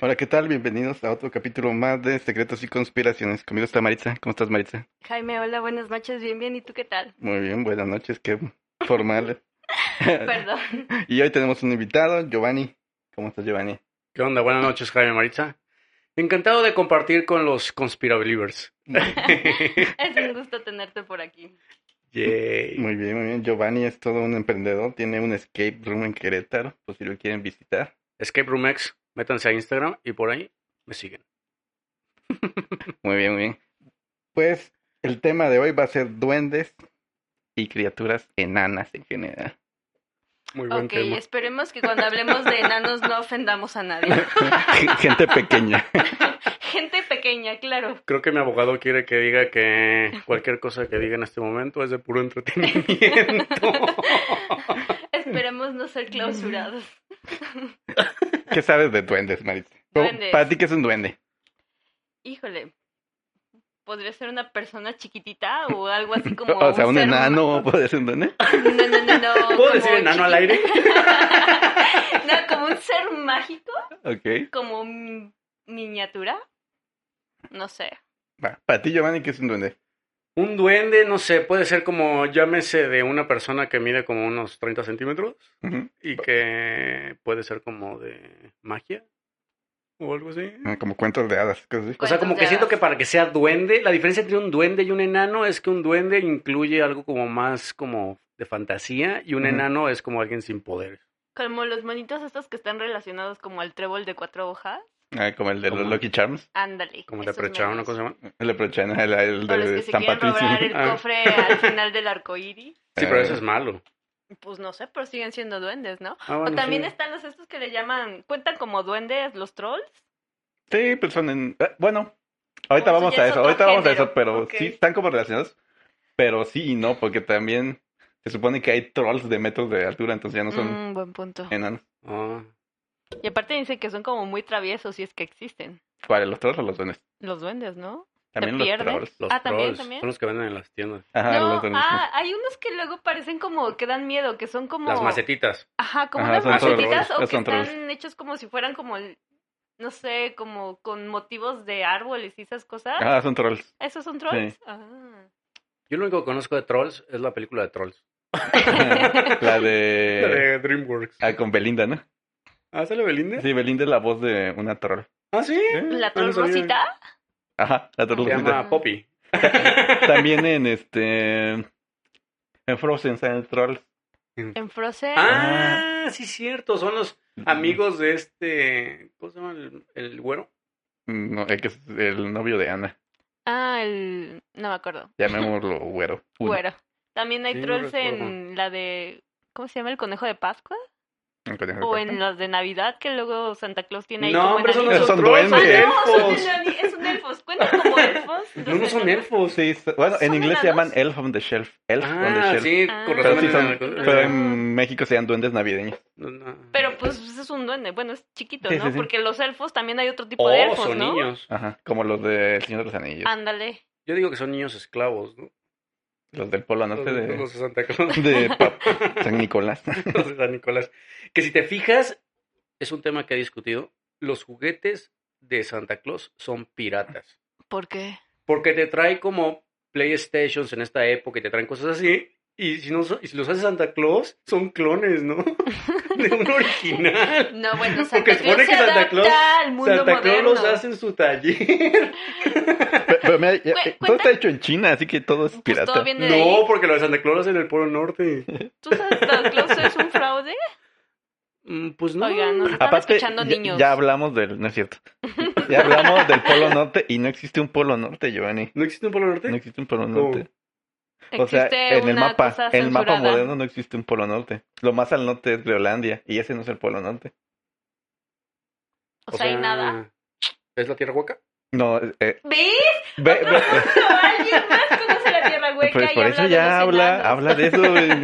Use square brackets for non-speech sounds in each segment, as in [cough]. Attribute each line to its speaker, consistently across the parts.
Speaker 1: Hola, ¿qué tal? Bienvenidos a otro capítulo más de Secretos y Conspiraciones. Conmigo está Maritza. ¿Cómo estás, Maritza?
Speaker 2: Jaime, hola, buenas noches, bien, bien, ¿y tú qué tal?
Speaker 1: Muy bien, buenas noches, qué formal.
Speaker 3: Eh.
Speaker 2: Perdón.
Speaker 1: [laughs]
Speaker 2: [laughs]
Speaker 1: y hoy tenemos un invitado, Giovanni. ¿Cómo estás, Giovanni?
Speaker 3: ¿Qué onda? Buenas noches, Jaime Maritza. Encantado de compartir con
Speaker 1: [laughs]
Speaker 3: los Conspirabelievers.
Speaker 2: es un gusto tenerte por aquí.
Speaker 3: Yay.
Speaker 1: Muy bien, muy bien. Giovanni es todo un emprendedor, tiene un escape room en Querétaro, por si lo quieren visitar.
Speaker 3: Escape Room X, métanse a Instagram y por ahí me siguen.
Speaker 1: Muy bien, muy bien. Pues el tema de hoy va a ser duendes y criaturas enanas en general. [laughs]
Speaker 3: Muy buen
Speaker 2: Ok,
Speaker 3: tema.
Speaker 2: esperemos que cuando hablemos de enanos no ofendamos a nadie.
Speaker 3: [laughs]
Speaker 1: Gente pequeña.
Speaker 2: Gente pequeña, claro.
Speaker 3: Creo que mi abogado quiere que diga que cualquier cosa que diga en este momento es de
Speaker 2: [laughs]
Speaker 3: puro entretenimiento.
Speaker 2: Esperemos no ser
Speaker 3: [laughs]
Speaker 2: clausurados.
Speaker 1: ¿Qué sabes de duendes, Maritza? ¿Cómo-
Speaker 2: Duendes.
Speaker 1: Para ti, ¿qué es un duende?
Speaker 2: Híjole, podría ser una persona chiquitita o algo así como.
Speaker 1: O sea, un
Speaker 2: ser [laughs]
Speaker 1: enano puede ser un duende.
Speaker 3: [laughs]
Speaker 2: humano. No, no, no, no.
Speaker 3: ¿Puedo
Speaker 2: como
Speaker 3: decir enano al aire?
Speaker 2: chiqui- [laughs] No, como un ser mágico,
Speaker 1: Ok.
Speaker 2: como mm, miniatura. No sé.
Speaker 1: Va, Para ti, Giovanni, ¿qué es un duende?
Speaker 3: Un duende, no sé, puede ser como, llámese de una persona que mide como unos 30 centímetros
Speaker 1: Ujú.
Speaker 3: y que puede ser como de magia o algo así.
Speaker 1: Ah, Como cuentos de hadas, cosas así.
Speaker 3: O sea, como
Speaker 2: Cuentos
Speaker 3: que
Speaker 2: de
Speaker 3: siento que
Speaker 2: hadas.
Speaker 3: para que sea duende, la diferencia entre un duende y un enano es que un duende incluye algo como más como de fantasía y un
Speaker 1: Ujú.
Speaker 3: enano es como alguien sin poder.
Speaker 2: Como los monitos estos que están relacionados como al trébol de cuatro hojas.
Speaker 1: Ah, como el de los
Speaker 3: Como-
Speaker 1: Lucky Charms.
Speaker 2: Ándale.
Speaker 3: Como
Speaker 2: esos
Speaker 3: leprechaun, una
Speaker 2: meros.
Speaker 3: cosa más.
Speaker 1: El aprovechan, el, el
Speaker 2: O los
Speaker 1: de
Speaker 2: que se
Speaker 1: San
Speaker 2: quieren
Speaker 1: Patricio.
Speaker 2: robar el
Speaker 3: Ah.
Speaker 1: [laughs]
Speaker 2: cofre al final del arco iris.
Speaker 1: Eh.
Speaker 3: Sí, pero eso es malo.
Speaker 2: Pues no sé, pero siguen siendo duendes, ¿no?
Speaker 3: Ah, bueno,
Speaker 2: o también
Speaker 3: sí.
Speaker 2: están los estos que le llaman, cuentan como duendes los trolls.
Speaker 1: Sí, pues son en... eh, Bueno, ahorita
Speaker 2: Como
Speaker 1: vamos
Speaker 2: eso ya
Speaker 1: a
Speaker 2: es
Speaker 1: eso,
Speaker 2: otro
Speaker 1: ahorita vamos a eso,
Speaker 2: género.
Speaker 1: pero
Speaker 2: Ok.
Speaker 1: sí, están como relacionados. Pero sí y no, porque también se supone que hay trolls de metros de altura, entonces ya no son Eh.
Speaker 2: Mm, buen punto.
Speaker 1: enanos.
Speaker 3: Ah,
Speaker 2: Y aparte dicen que son como muy traviesos si es que existen.
Speaker 1: ¿Cuáles? ¿Los trolls o los duendes?
Speaker 2: Los duendes, ¿no?
Speaker 1: También los
Speaker 2: pierdes?
Speaker 1: trolls.
Speaker 3: los
Speaker 2: Ah, ¿también,
Speaker 3: trolls
Speaker 2: también?
Speaker 3: son los que venden en las tiendas.
Speaker 1: Ajá,
Speaker 2: no,
Speaker 1: los duendes.
Speaker 2: ah, hay unos que luego parecen como que dan miedo, que son como...
Speaker 3: Las macetitas.
Speaker 2: Ajá, como
Speaker 1: Ajá,
Speaker 2: unas
Speaker 3: son trolls,
Speaker 2: macetitas o
Speaker 1: esos
Speaker 2: que
Speaker 1: son trolls.
Speaker 2: están hechos como si fueran como, no sé, como con motivos de árboles y esas cosas.
Speaker 1: Ah, son trolls. [laughs]
Speaker 2: ¿Esos son trolls? Ah.
Speaker 3: Yo lo único que conozco de trolls es la película de trolls.
Speaker 1: la
Speaker 3: La
Speaker 1: de...
Speaker 3: de DreamWorks.
Speaker 1: Ah, con Belinda, ¿no?
Speaker 3: Ah, ¿sale Belinda?
Speaker 1: Sí, Belinda es la voz de una troll.
Speaker 3: Ah, sí.
Speaker 2: ¿La
Speaker 3: Ah, no
Speaker 2: troll
Speaker 3: sabía.
Speaker 2: rosita?
Speaker 1: Ajá, la troll
Speaker 3: Se
Speaker 1: rosita.
Speaker 3: llama Poppy.
Speaker 1: También en este... En Frozen salen trolls.
Speaker 2: En Frozen.
Speaker 3: Ah, sí, cierto. Son los amigos de este. ¿Cómo se llama el, el güero?
Speaker 1: No, es que es el novio de Ana.
Speaker 2: Ah, el... No me acuerdo.
Speaker 1: Llamémoslo güero. Uno.
Speaker 2: Bueno. También hay
Speaker 3: Sí, no
Speaker 2: trolls
Speaker 3: recuerdo.
Speaker 2: en la de... ¿Cómo se llama? ¿El conejo de Pascua?
Speaker 1: Un conejo de
Speaker 2: O
Speaker 1: cuarta.
Speaker 2: en las de Navidad que luego Santa Claus tiene ahí
Speaker 3: No,
Speaker 2: como
Speaker 3: hombre, esos no
Speaker 2: enanitos.
Speaker 3: son,
Speaker 1: Son
Speaker 3: trolls, son
Speaker 1: duendes.
Speaker 2: Ah, no, son
Speaker 3: elfos.
Speaker 2: enani- es un elfos. ¿Cuentan como elfos? [laughs]
Speaker 3: No, no son
Speaker 2: elfos.
Speaker 3: elfos. eh.
Speaker 1: Sí, so- bueno, en
Speaker 2: ¿Son
Speaker 1: inglés se llaman
Speaker 2: enanos?
Speaker 1: Elf on the Shelf. Elf on the
Speaker 3: Ah,
Speaker 1: Shelf.
Speaker 3: sí,
Speaker 2: Ah.
Speaker 3: con
Speaker 1: Pero,
Speaker 3: razón.
Speaker 1: sí
Speaker 3: en
Speaker 1: son-
Speaker 3: el-
Speaker 1: pero en México se llaman duendes navideños.
Speaker 3: No, no.
Speaker 2: Pero pues es un duende, bueno, es chiquito,
Speaker 1: Sí,
Speaker 2: ¿no?
Speaker 1: sí, sí.
Speaker 2: Porque los elfos también hay otro tipo
Speaker 3: Oh,
Speaker 2: de elfos,
Speaker 3: son
Speaker 2: ¿no?
Speaker 3: niños.
Speaker 1: Ajá, como los de El Señor de los Anillos.
Speaker 2: Ah. Ándale.
Speaker 3: Yo digo que son niños esclavos, ¿no?
Speaker 1: Los del Polo Norte
Speaker 3: Los-
Speaker 1: de,
Speaker 3: Los de Santa Claus, [laughs]
Speaker 1: de Pa- San
Speaker 2: [laughs]
Speaker 1: Nicolás.
Speaker 3: los de San Nicolás. Que si te fijas, es un tema que he discutido. Los juguetes de Santa Claus son piratas.
Speaker 2: ¿Por qué?
Speaker 3: Porque te trae como PlayStations en esta época y te traen cosas así. Y si, no, son- y si los hace Santa Claus, son clones, ¿no? [laughs] De un original.
Speaker 2: No,
Speaker 3: [laughs]
Speaker 2: bueno, Santa
Speaker 3: Porque supone
Speaker 2: Claus
Speaker 3: que
Speaker 2: se
Speaker 3: Santa
Speaker 2: adapta
Speaker 3: Claus-
Speaker 2: al mundo
Speaker 3: Santa Claus
Speaker 2: moderno.
Speaker 3: los hace en su
Speaker 2: [laughs]
Speaker 3: taller.
Speaker 1: Pero, pero mira, ya- eh,
Speaker 2: Cu-
Speaker 1: todo
Speaker 2: cuenta-
Speaker 1: está hecho en China, así que todo es
Speaker 2: Pues
Speaker 1: pirata.
Speaker 2: todo viene de
Speaker 3: No,
Speaker 2: ahí.
Speaker 3: porque lo de Santa Claus lo hacen en el Polo Norte.
Speaker 2: ¿Tú sabes que Santa Claus es un fraude?
Speaker 3: Pues no.
Speaker 2: Oigan, nos están
Speaker 1: Aparte,
Speaker 2: escuchando
Speaker 1: ya,
Speaker 2: niños.
Speaker 1: ya hablamos del... No es cierto. Ya hablamos del Polo Norte y no existe un Polo Norte, Giovanni.
Speaker 3: ¿No existe un Polo Norte?
Speaker 1: No existe un Polo
Speaker 3: ¿Cómo?
Speaker 1: Norte.
Speaker 2: Existe
Speaker 1: O sea, en el
Speaker 2: una
Speaker 1: mapa,
Speaker 2: cosa
Speaker 1: en el mapa
Speaker 2: censurada.
Speaker 1: moderno no existe un polo norte. Lo más al norte es Groenlandia y ese no es el polo norte.
Speaker 2: O sea, hay nada.
Speaker 3: ¿Es la Tierra Hueca?
Speaker 1: No, eh, eh,
Speaker 2: ¿Ves?
Speaker 1: [laughs] ve-
Speaker 2: Otro
Speaker 1: ve-
Speaker 2: punto, alguien más conoce la Tierra Hueca
Speaker 1: pues
Speaker 2: y
Speaker 1: por
Speaker 2: habla
Speaker 1: eso
Speaker 2: de
Speaker 1: ya
Speaker 2: los
Speaker 1: habla,
Speaker 2: enanos.
Speaker 1: habla de eso. güey.
Speaker 2: Mm.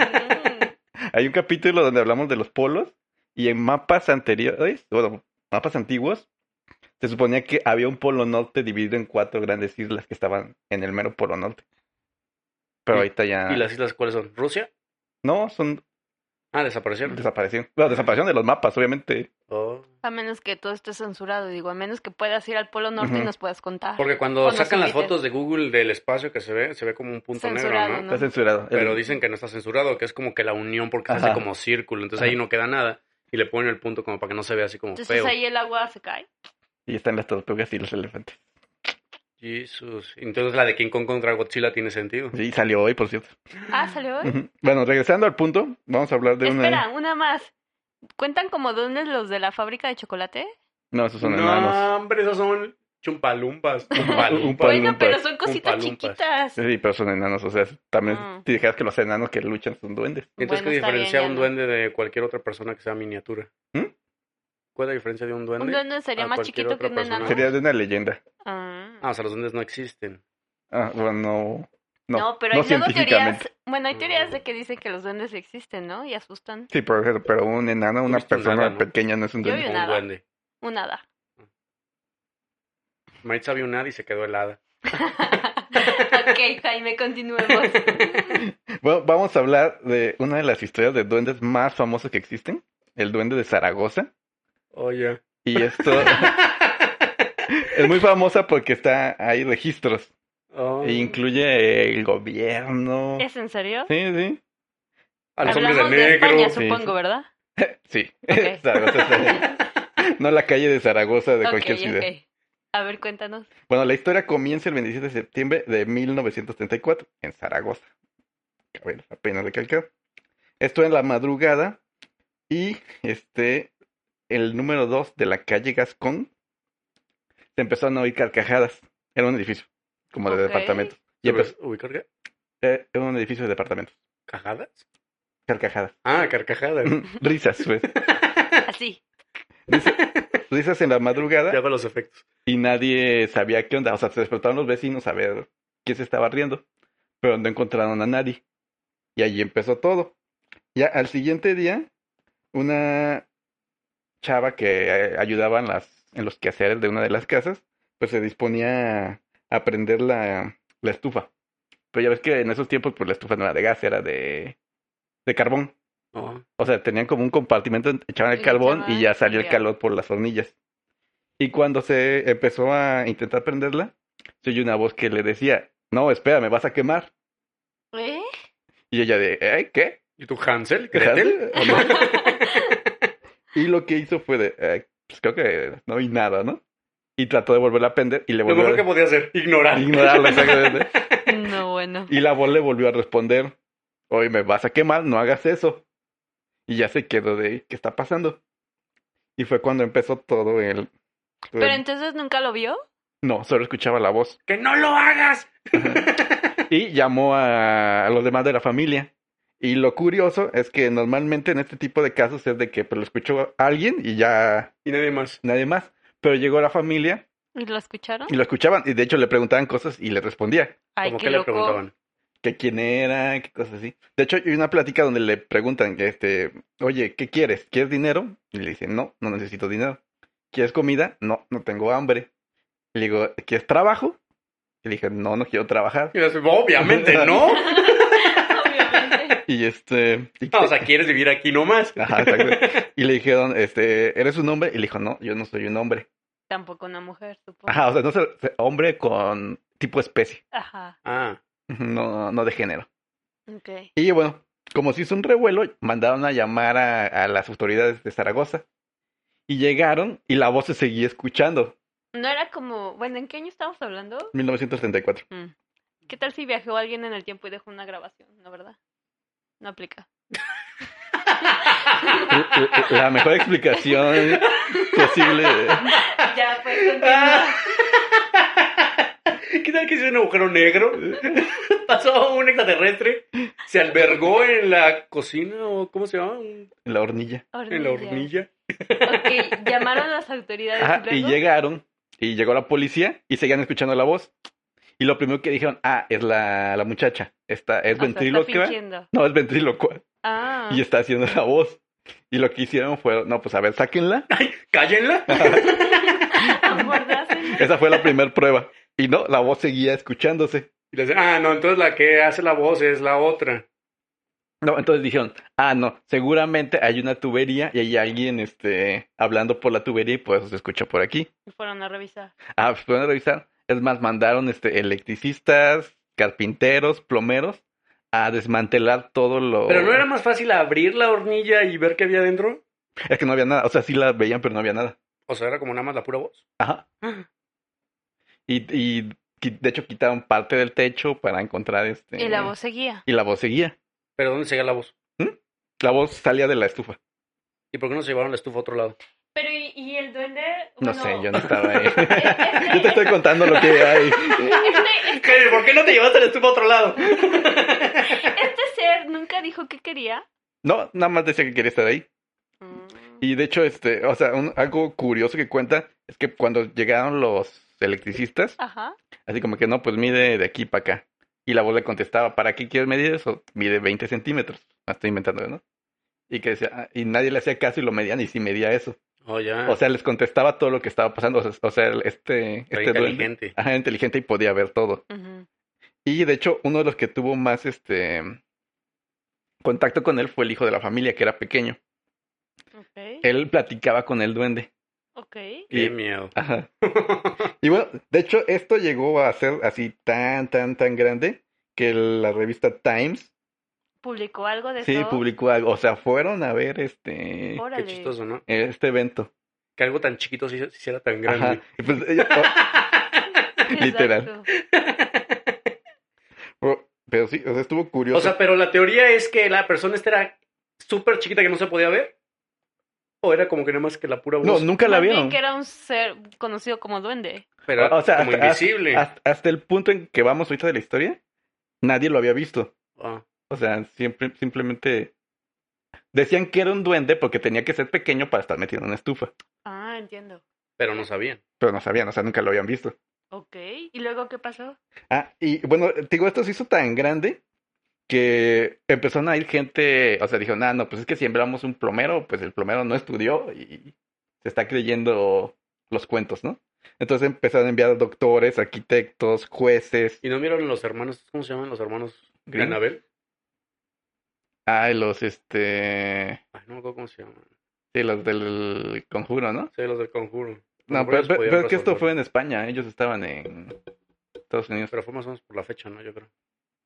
Speaker 1: Hay un capítulo donde hablamos de los polos y en mapas anteriores, bueno, mapas antiguos, se suponía que había un polo norte dividido en cuatro grandes islas que estaban en el mero polo norte. Pero
Speaker 3: [laughs] Y-
Speaker 1: ahorita ya
Speaker 3: ¿Y las islas cuáles son? ¿Rusia?
Speaker 1: no son
Speaker 3: Ah, desaparecieron.
Speaker 1: Desaparición. Bueno, desaparición de los mapas, obviamente.
Speaker 3: Oh.
Speaker 2: A menos que todo esté censurado, digo, a menos que puedas ir al Polo Norte y
Speaker 1: Ujú.
Speaker 2: nos puedas contar.
Speaker 3: Porque cuando
Speaker 2: Cuando
Speaker 3: sacan las
Speaker 2: subiste.
Speaker 3: fotos de Google del espacio que se ve, se ve como un punto
Speaker 2: Censurado,
Speaker 3: negro, ¿no?
Speaker 2: ¿no?
Speaker 1: Está censurado. El-
Speaker 3: Pero dicen que no está censurado, que es como que la unión porque se
Speaker 1: Ajá.
Speaker 3: hace como círculo, entonces ahí
Speaker 1: Ajá.
Speaker 3: no queda nada. Y le ponen el punto como para que no se vea así como
Speaker 2: Entonces
Speaker 3: feo.
Speaker 2: ahí el agua se cae.
Speaker 1: Y están las tortugas y los elefantes.
Speaker 3: Jesús. Entonces la de King Kong contra Godzilla tiene sentido.
Speaker 1: Sí, salió hoy, por cierto.
Speaker 2: Ah, salió hoy.
Speaker 1: Ujú. Bueno, regresando al punto, vamos a hablar de una...
Speaker 2: Espera, una más. ¿Cuentan como dones los de la fábrica de chocolate?
Speaker 1: No, esos son
Speaker 3: no,
Speaker 1: enanos.
Speaker 3: hombre, esos son
Speaker 1: [laughs]
Speaker 3: chumpalumpas.
Speaker 1: Palumpas.
Speaker 2: Bueno, pero son
Speaker 3: Un
Speaker 2: cositas
Speaker 3: palumpas.
Speaker 2: chiquitas.
Speaker 1: Sí, pero son enanos, o sea, también
Speaker 2: Ah.
Speaker 1: si dejas que los enanos que luchan son duendes.
Speaker 3: Entonces,
Speaker 2: Bueno,
Speaker 3: ¿qué
Speaker 2: está
Speaker 3: diferencia
Speaker 2: bien,
Speaker 3: un
Speaker 2: ya
Speaker 3: duende de cualquier otra persona que sea miniatura?
Speaker 1: ¿Mm?
Speaker 3: ¿Cuál es la diferencia de un duende?
Speaker 2: Un duende sería
Speaker 3: a
Speaker 2: más
Speaker 3: cualquier
Speaker 2: chiquito que
Speaker 3: otra
Speaker 2: un
Speaker 3: persona.
Speaker 2: enano.
Speaker 1: Sería de una leyenda.
Speaker 2: Ah.
Speaker 3: Ah, o sea, los duendes no existen.
Speaker 1: Ah, bueno, no... No,
Speaker 2: No, pero hay luego
Speaker 1: científicamente.
Speaker 2: teorías. Bueno, hay teorías de que dicen que los duendes existen, ¿no? Y asustan.
Speaker 1: Sí, por eso, pero un enano, una
Speaker 3: viste un
Speaker 1: persona
Speaker 3: hada, ¿no?
Speaker 1: pequeña no es un
Speaker 2: Yo
Speaker 1: duende.
Speaker 2: vi
Speaker 3: Un
Speaker 2: nada.
Speaker 3: duende.
Speaker 2: Un hada.
Speaker 3: Maritza vio nada y se quedó helada.
Speaker 2: [laughs] ok, Jaime, [laughs] continuemos.
Speaker 1: Bueno, vamos a hablar de una de las historias de duendes más famosas que existen, el duende de Zaragoza.
Speaker 3: Oye.
Speaker 1: Y esto es muy famosa porque está hay registros.
Speaker 3: Oh.
Speaker 1: E incluye el gobierno.
Speaker 2: ¿Es en serio?
Speaker 1: Sí, sí.
Speaker 3: A Ah, los hombres de
Speaker 2: Hablamos de,
Speaker 3: negro.
Speaker 2: España,
Speaker 1: Sí,
Speaker 2: supongo, ¿verdad?
Speaker 1: Sí.
Speaker 2: Ok.
Speaker 1: [laughs] Zaragoza
Speaker 2: [laughs]
Speaker 1: está- No la calle de Zaragoza de
Speaker 2: ok,
Speaker 1: cualquier ciudad.
Speaker 2: ok. A ver, [laughs] cuéntanos.
Speaker 1: Bueno, la historia comienza el 27 de septiembre de 1934 en Zaragoza. Cabe la pena recalcar. Esto en la madrugada y este el número 2 de la calle Gascón se empezaron a oír carcajadas. Era un edificio como de
Speaker 2: Ok.
Speaker 1: departamentos. Y
Speaker 3: ¿Se
Speaker 1: empezó-
Speaker 3: ves- ubicar qué?
Speaker 1: eh, era un edificio de departamentos.
Speaker 3: ¿Cajadas?
Speaker 1: Carcajadas. [laughs]
Speaker 3: Ah, carcajadas.
Speaker 1: Risas, pues.
Speaker 2: Así.
Speaker 1: Risas en la
Speaker 3: ya
Speaker 1: madrugada
Speaker 3: para los efectos.
Speaker 1: y nadie sabía qué onda. O sea, se despertaron los vecinos a ver quién se estaba riendo, pero no encontraron a nadie. Y allí empezó todo. Ya al siguiente día, una chava que eh, ayudaba en, las, en los quehaceres de una de las casas, pues se disponía a prender la, la estufa. Pero ya ves que en esos tiempos, pues la estufa no era de gas, era de, de carbón.
Speaker 3: Oh.
Speaker 1: O sea, tenían como un compartimento, donde echaban
Speaker 2: Y
Speaker 1: el
Speaker 2: le
Speaker 1: carbón
Speaker 2: echaban
Speaker 1: y ya
Speaker 2: y
Speaker 1: salía el
Speaker 2: ya.
Speaker 1: calor por las hornillas. Y cuando se empezó a intentar prenderla, se oyó una voz que le decía, no, espera, me vas a quemar.
Speaker 2: ¿Eh?
Speaker 1: Y ella de, "¿Eh, ¿qué?
Speaker 3: ¿Y tu Hansel? ¿Gretel?
Speaker 1: ¿O no?". [laughs] y lo que hizo fue de, "Eh, pues creo que no vi nada, ¿no? Y trató de volverla a prender y le
Speaker 3: Lo
Speaker 1: volvió
Speaker 3: mejor que
Speaker 1: a
Speaker 3: podía hacer, ignorar. [laughs]
Speaker 1: ignorarla exactamente.
Speaker 2: No, bueno.
Speaker 1: Y la voz le volvió a responder, oye, me vas a quemar, no hagas eso. Y ya se quedó de, ¿qué está pasando? Y fue cuando empezó todo el... todo
Speaker 2: Pero
Speaker 1: el-
Speaker 2: entonces nunca lo vio.
Speaker 1: No, solo escuchaba la voz.
Speaker 3: ¡Que no lo hagas!
Speaker 1: Y llamó a, a los demás de la familia. Y lo curioso es que normalmente en este tipo de casos es de que pues, lo escuchó alguien y ya
Speaker 3: Y nadie más.
Speaker 1: nadie más. Pero llegó la familia
Speaker 2: ¿Y lo escucharon?
Speaker 1: y lo escuchaban. Y de hecho le preguntaban cosas y le respondía.
Speaker 2: Ay,
Speaker 3: como
Speaker 2: qué
Speaker 3: que le
Speaker 2: loco.
Speaker 3: preguntaban.
Speaker 1: que quién era, qué cosas así. De hecho, hay una plática donde le preguntan, este, oye, ¿qué quieres? ¿Quieres dinero? Y le dicen, no, no necesito dinero. ¿Quieres comida? No, no tengo hambre. Le digo, ¿quieres trabajo? Y le dije, no, no quiero trabajar.
Speaker 3: Y yo así, Obviamente
Speaker 1: [laughs]
Speaker 3: no.
Speaker 2: [laughs] Obviamente.
Speaker 1: Y este, y,
Speaker 3: Ah, [laughs] o sea, quieres vivir aquí nomás.
Speaker 1: [laughs] Ajá, exacto. Y le dijeron, este, ¿eres un hombre? Y le dijo, no, yo no soy un hombre.
Speaker 2: Tampoco una mujer, supongo.
Speaker 1: Ajá, o sea, no sé, hombre con tipo especie, [laughs]
Speaker 2: Ajá.
Speaker 3: [laughs] Ah,
Speaker 1: no, no de género.
Speaker 2: Ok.
Speaker 1: Y bueno, como se hizo un revuelo, mandaron a llamar a, a las autoridades de Zaragoza. Y llegaron y la voz se seguía escuchando.
Speaker 2: No era como. Bueno, ¿en qué año estamos hablando? [laughs]
Speaker 1: 1934.
Speaker 2: Mm. ¿Qué tal si viajó alguien en el tiempo y dejó una grabación? ¿No, verdad? No aplica.
Speaker 1: La- Eh, La la mejor explicación posible. eh,
Speaker 2: Ya, pues continúa.
Speaker 1: Ah,
Speaker 3: ¿Qué tal que hizo un agujero negro? Pasó un extraterrestre, se albergó en la cocina o ¿cómo se llama? Un-
Speaker 1: La hornilla.
Speaker 3: En la hornilla.
Speaker 2: Ok, llamaron a las autoridades.
Speaker 1: Ajá,
Speaker 2: luego?
Speaker 1: y llegaron y llegó la policía y seguían escuchando la voz. Y lo primero que dijeron, ah, es la, la muchacha. Esta es
Speaker 2: O sea, Ah, está
Speaker 1: ventrílocua.
Speaker 2: fingiendo.
Speaker 1: No, es ventrílocua.
Speaker 2: Ah.
Speaker 1: [laughs] Y está haciendo la voz. Y lo que hicieron fue, no, pues a ver, sáquenla.
Speaker 3: [laughs] ¡Cállenla!
Speaker 2: [laughs] Abordácenla.
Speaker 1: Esa fue la primera prueba. Y no, la voz seguía escuchándose.
Speaker 3: Y le dice, ah, no, entonces la que hace la voz es la otra.
Speaker 1: No, entonces dijeron, ah, no, seguramente hay una tubería y hay alguien este, hablando por la tubería y por eso se escucha por aquí.
Speaker 2: Y fueron a revisar.
Speaker 1: Ah, pues pueden revisar. Es más, mandaron este, electricistas, carpinteros, plomeros a desmantelar todo lo...
Speaker 3: Pero no era más fácil abrir la hornilla y ver qué había dentro.
Speaker 1: [laughs] Es que no había nada, o sea, sí la veían, pero no había nada.
Speaker 3: O sea, era como nada más la pura voz.
Speaker 1: Ajá.
Speaker 3: Ah.
Speaker 1: Y, y qui- de hecho quitaron parte del techo para encontrar este...
Speaker 2: Y la voz seguía.
Speaker 1: Y la voz seguía.
Speaker 3: Pero ¿dónde seguía la voz?
Speaker 1: La voz salía de la estufa.
Speaker 3: ¿Y por qué no se llevaron la estufa a otro lado?
Speaker 2: Pero, ¿y, y el duende?
Speaker 1: No
Speaker 2: Bueno,
Speaker 1: sé, yo
Speaker 2: [laughs]
Speaker 1: no estaba ahí. [laughs]
Speaker 2: Este-
Speaker 1: yo te estoy contando lo que hay.
Speaker 2: Este,
Speaker 3: ¿Por [laughs] qué no te llevaste la estufa a otro lado?
Speaker 2: este ser nunca dijo qué quería.
Speaker 1: No, nada más decía que quería estar ahí.
Speaker 2: Mm.
Speaker 1: Y de hecho, este, o sea, un- algo curioso que cuenta es que cuando llegaron los electricistas,
Speaker 2: Ajá.
Speaker 1: así como que no, pues mide de aquí para acá. Y la voz le contestaba, ¿para qué quieres medir eso? Mide 20 centímetros. Ah, Estoy inventando, ¿no? Y que decía, ah, y nadie le hacía caso y lo medían y sí medía eso.
Speaker 3: Oh, ya.
Speaker 1: O sea, les contestaba todo lo que estaba pasando. O sea, o sea, el- este,
Speaker 3: Era
Speaker 1: este duende-
Speaker 3: inteligente.
Speaker 1: ajá, era inteligente y podía ver todo.
Speaker 2: Ujú.
Speaker 1: Y de hecho, uno de los que tuvo más este contacto con él fue el hijo de la familia, que era pequeño.
Speaker 2: Ok.
Speaker 1: Él platicaba con el duende.
Speaker 2: Ok.
Speaker 1: Y-
Speaker 3: Qué miedo.
Speaker 1: Ajá. [laughs] Y bueno, de hecho, esto llegó a ser así tan, tan, tan grande que la revista Times
Speaker 2: ¿Publicó algo de
Speaker 1: sí
Speaker 2: eso?
Speaker 1: publicó algo. O sea, fueron a ver este,
Speaker 2: Órale.
Speaker 3: Qué chistoso, ¿no?
Speaker 1: este evento.
Speaker 3: Que algo tan chiquito se se hiciera tan
Speaker 1: [laughs]
Speaker 3: grande.
Speaker 1: Ajá. Y pues, ellos- o-
Speaker 2: Exacto.
Speaker 1: literal. o- oh, pero sí, o sea, estuvo curioso.
Speaker 3: O sea, pero la teoría es que la persona esta era súper chiquita que no se podía ver. O era como que nada más que la pura voz.
Speaker 1: no, nunca la
Speaker 2: Más bien
Speaker 1: vieron.
Speaker 2: que era un ser conocido como duende.
Speaker 3: Pero era
Speaker 1: o sea,
Speaker 3: como
Speaker 1: hasta-
Speaker 3: invisible.
Speaker 1: Hasta, hasta el punto en que vamos ahorita de la historia, nadie lo había visto.
Speaker 3: Ah,
Speaker 1: O sea, siempre, simplemente decían que era un duende porque tenía que ser pequeño para estar metido en una estufa.
Speaker 2: Ah, entiendo.
Speaker 3: pero no sabían.
Speaker 1: Pero no sabían, o sea, nunca lo habían visto.
Speaker 2: Ok. ¿Y luego qué pasó?
Speaker 1: Ah, y bueno, te digo, esto se hizo tan grande que empezaron a ir gente, o sea, dijeron, ah, no, pues es que si enviamos un plomero, pues el plomero no estudió y se está creyendo los cuentos, ¿no? Entonces empezaron a enviar doctores, arquitectos, jueces,
Speaker 3: ¿Y no vieron los hermanos? ¿Cómo se llaman los hermanos?
Speaker 1: Grimm.
Speaker 3: ¿Anabel?
Speaker 1: a los, este,
Speaker 3: Ay, no me acuerdo cómo se llaman.
Speaker 1: sí, los del conjuro, ¿no?
Speaker 3: Sí, los del conjuro.
Speaker 1: No,
Speaker 3: Por
Speaker 1: pero,
Speaker 3: ellos
Speaker 1: pero-
Speaker 3: podían
Speaker 1: pero es que esto
Speaker 3: resolver.
Speaker 1: fue en España, ellos estaban en Estados Unidos.
Speaker 3: Pero fue más o menos por la fecha, ¿no? Yo creo.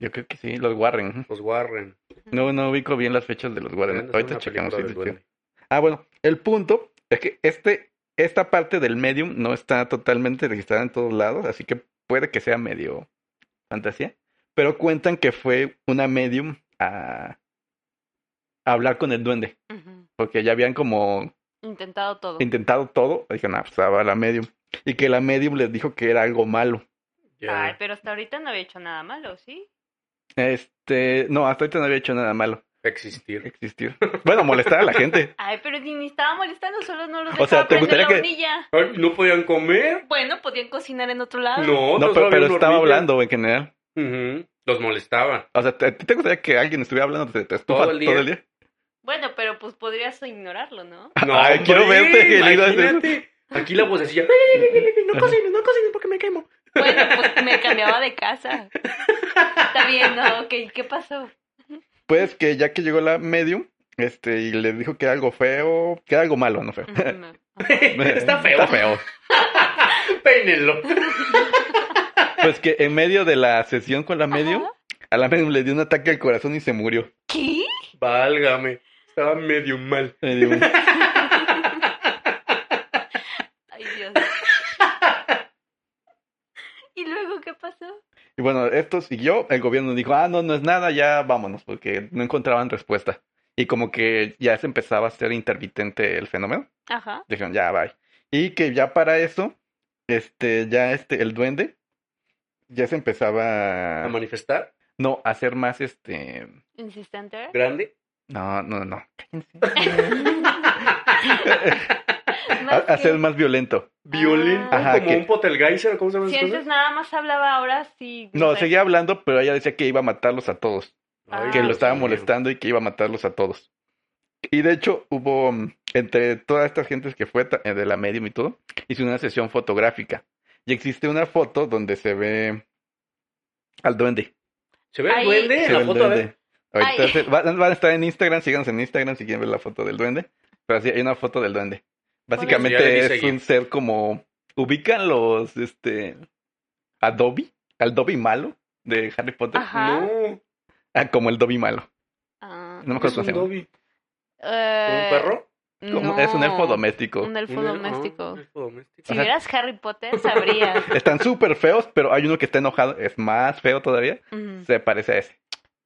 Speaker 1: Yo creo que sí, los Warren. ujú.
Speaker 3: Los Warren.
Speaker 1: No, no ubico bien las fechas de los Warren.
Speaker 3: Deberían
Speaker 1: Ahorita
Speaker 3: de hacer una
Speaker 1: checamos.
Speaker 3: película
Speaker 1: ahorita
Speaker 3: del
Speaker 1: checamos.
Speaker 3: duende.
Speaker 1: Ah, bueno, el punto es que este, esta parte del medium no está totalmente registrada en todos lados, así que puede que sea medio fantasía, pero cuentan que fue una medium a, a hablar con el duende,
Speaker 2: Ujú.
Speaker 1: porque ya habían como
Speaker 2: Intentado
Speaker 3: Oh.
Speaker 2: todo.
Speaker 1: intentado todo, y dijeron, ah, pues estaba la medium, y que la medium les dijo que era algo malo.
Speaker 3: Ya.
Speaker 2: Ay, pero hasta ahorita no había hecho nada malo, ¿sí?
Speaker 1: Este, no, hasta ahorita no había hecho nada malo
Speaker 3: Existir. [laughs]
Speaker 1: existir. Bueno, molestar a la gente.
Speaker 2: Ay, pero ni ni estaba molestando, solo no los
Speaker 1: O
Speaker 2: dejaba
Speaker 1: sea, ¿te
Speaker 2: prender
Speaker 1: gustaría
Speaker 2: la
Speaker 1: que-
Speaker 2: hornilla.
Speaker 3: Ay, ¿No podían comer?
Speaker 2: Bueno, podían cocinar en otro lado.
Speaker 3: No,
Speaker 1: No,
Speaker 3: otros
Speaker 1: pero,
Speaker 3: habían
Speaker 1: pero estaba
Speaker 3: hormigas.
Speaker 1: hablando en general.
Speaker 3: Ujú.
Speaker 1: [laughs]
Speaker 3: Los molestaba.
Speaker 1: O sea, ¿te- ¿a ti te gustaría que alguien estuviera hablando de tu estufa
Speaker 3: Todo el día.
Speaker 2: Bueno, pero pues podrías ignorarlo, ¿no?
Speaker 3: No,
Speaker 1: Ay,
Speaker 3: hombre,
Speaker 1: Ah, quiero verte, querido.
Speaker 3: imagínate. Aquí la vocecilla. No cocines, no cocines porque me quemo.
Speaker 2: Bueno, pues me cambiaba de casa. Está bien, ¿no? Ok, ¿qué pasó?
Speaker 1: Pues que ya que llegó la medium, este, y le dijo que era algo feo, que era algo malo, no feo. [laughs]
Speaker 2: Ujú.
Speaker 3: [laughs] Está
Speaker 1: [laughs]
Speaker 3: feo.
Speaker 1: Está feo.
Speaker 3: Peínenlo.
Speaker 1: Pues que en medio de la sesión con la medium,
Speaker 2: Ajá.
Speaker 1: a la medium le dio un ataque al corazón y se murió.
Speaker 2: ¿Qué?
Speaker 3: Válgame. Estaba medio mal.
Speaker 1: Le dio un-
Speaker 2: Ay, Dios. ¿Y luego qué pasó?
Speaker 1: Y bueno, esto siguió, el gobierno dijo, ah, no, no es nada, ya vámonos, porque no encontraban respuesta. Y como que ya se empezaba a ser intermitente el fenómeno.
Speaker 2: Ajá.
Speaker 1: Dijeron, ya, bye. Y que ya para eso, este, ya este, el duende, ya se empezaba
Speaker 3: A manifestar.
Speaker 1: No, hacer más este.
Speaker 2: ¿Insistente?
Speaker 1: [laughs]
Speaker 3: Grande.
Speaker 1: No, no, no. Cállense. A-
Speaker 2: Más
Speaker 1: hacer
Speaker 2: que-
Speaker 1: más violento.
Speaker 3: Violento.
Speaker 1: Ajá,
Speaker 3: como
Speaker 1: Ah, que-
Speaker 3: un poltergeist. ¿Cómo se llaman
Speaker 2: Si
Speaker 3: esas
Speaker 2: antes
Speaker 3: cosas?
Speaker 2: nada más hablaba, ahora sí.
Speaker 1: No,
Speaker 2: grita.
Speaker 1: seguía hablando, pero ella decía que iba a matarlos a todos.
Speaker 2: Ah.
Speaker 1: Que lo
Speaker 3: Dios
Speaker 1: estaba
Speaker 3: mío.
Speaker 1: molestando y que iba a matarlos a todos. Y de hecho, hubo mm, entre todas estas gentes que fue ta- eh, de la medium y todo, hizo una sesión fotográfica. Y existe una foto donde se ve al duende.
Speaker 3: ¿Se ve el
Speaker 2: Ahí-
Speaker 3: duende
Speaker 1: Se
Speaker 3: en
Speaker 1: ve
Speaker 3: la
Speaker 1: al
Speaker 3: foto? A ver.
Speaker 1: duende. Ahorita
Speaker 2: Ay.
Speaker 1: se- van, van a estar en Instagram, síganos en Instagram si quieren ver la foto del duende. Pero sí, hay una foto del duende.
Speaker 3: Bueno, ya le
Speaker 1: Básicamente
Speaker 3: di
Speaker 1: es
Speaker 3: seguir.
Speaker 1: un ser como... ¿Ubican los, este... Adobe? ¿Al Dobby malo? De Harry Potter.
Speaker 2: Ajá.
Speaker 3: No,
Speaker 1: Ah, como el Dobby malo.
Speaker 2: Ah.
Speaker 1: No me
Speaker 3: es
Speaker 1: acuerdo cómo
Speaker 3: un
Speaker 1: se llama.
Speaker 3: dobi.
Speaker 2: Eh,
Speaker 3: ¿Un perro?
Speaker 1: Como- Es Eh, un
Speaker 2: no,
Speaker 1: elfo doméstico.
Speaker 2: Un elfo
Speaker 3: Un el- ah,
Speaker 2: doméstico.
Speaker 3: un elfo doméstico.
Speaker 2: Si
Speaker 1: Ajá.
Speaker 2: vieras Harry Potter,
Speaker 1: [laughs]
Speaker 2: sabrías.
Speaker 1: Están súper feos, pero hay uno que está enojado. Es más feo todavía.
Speaker 2: Ujú.
Speaker 1: Se parece a ese.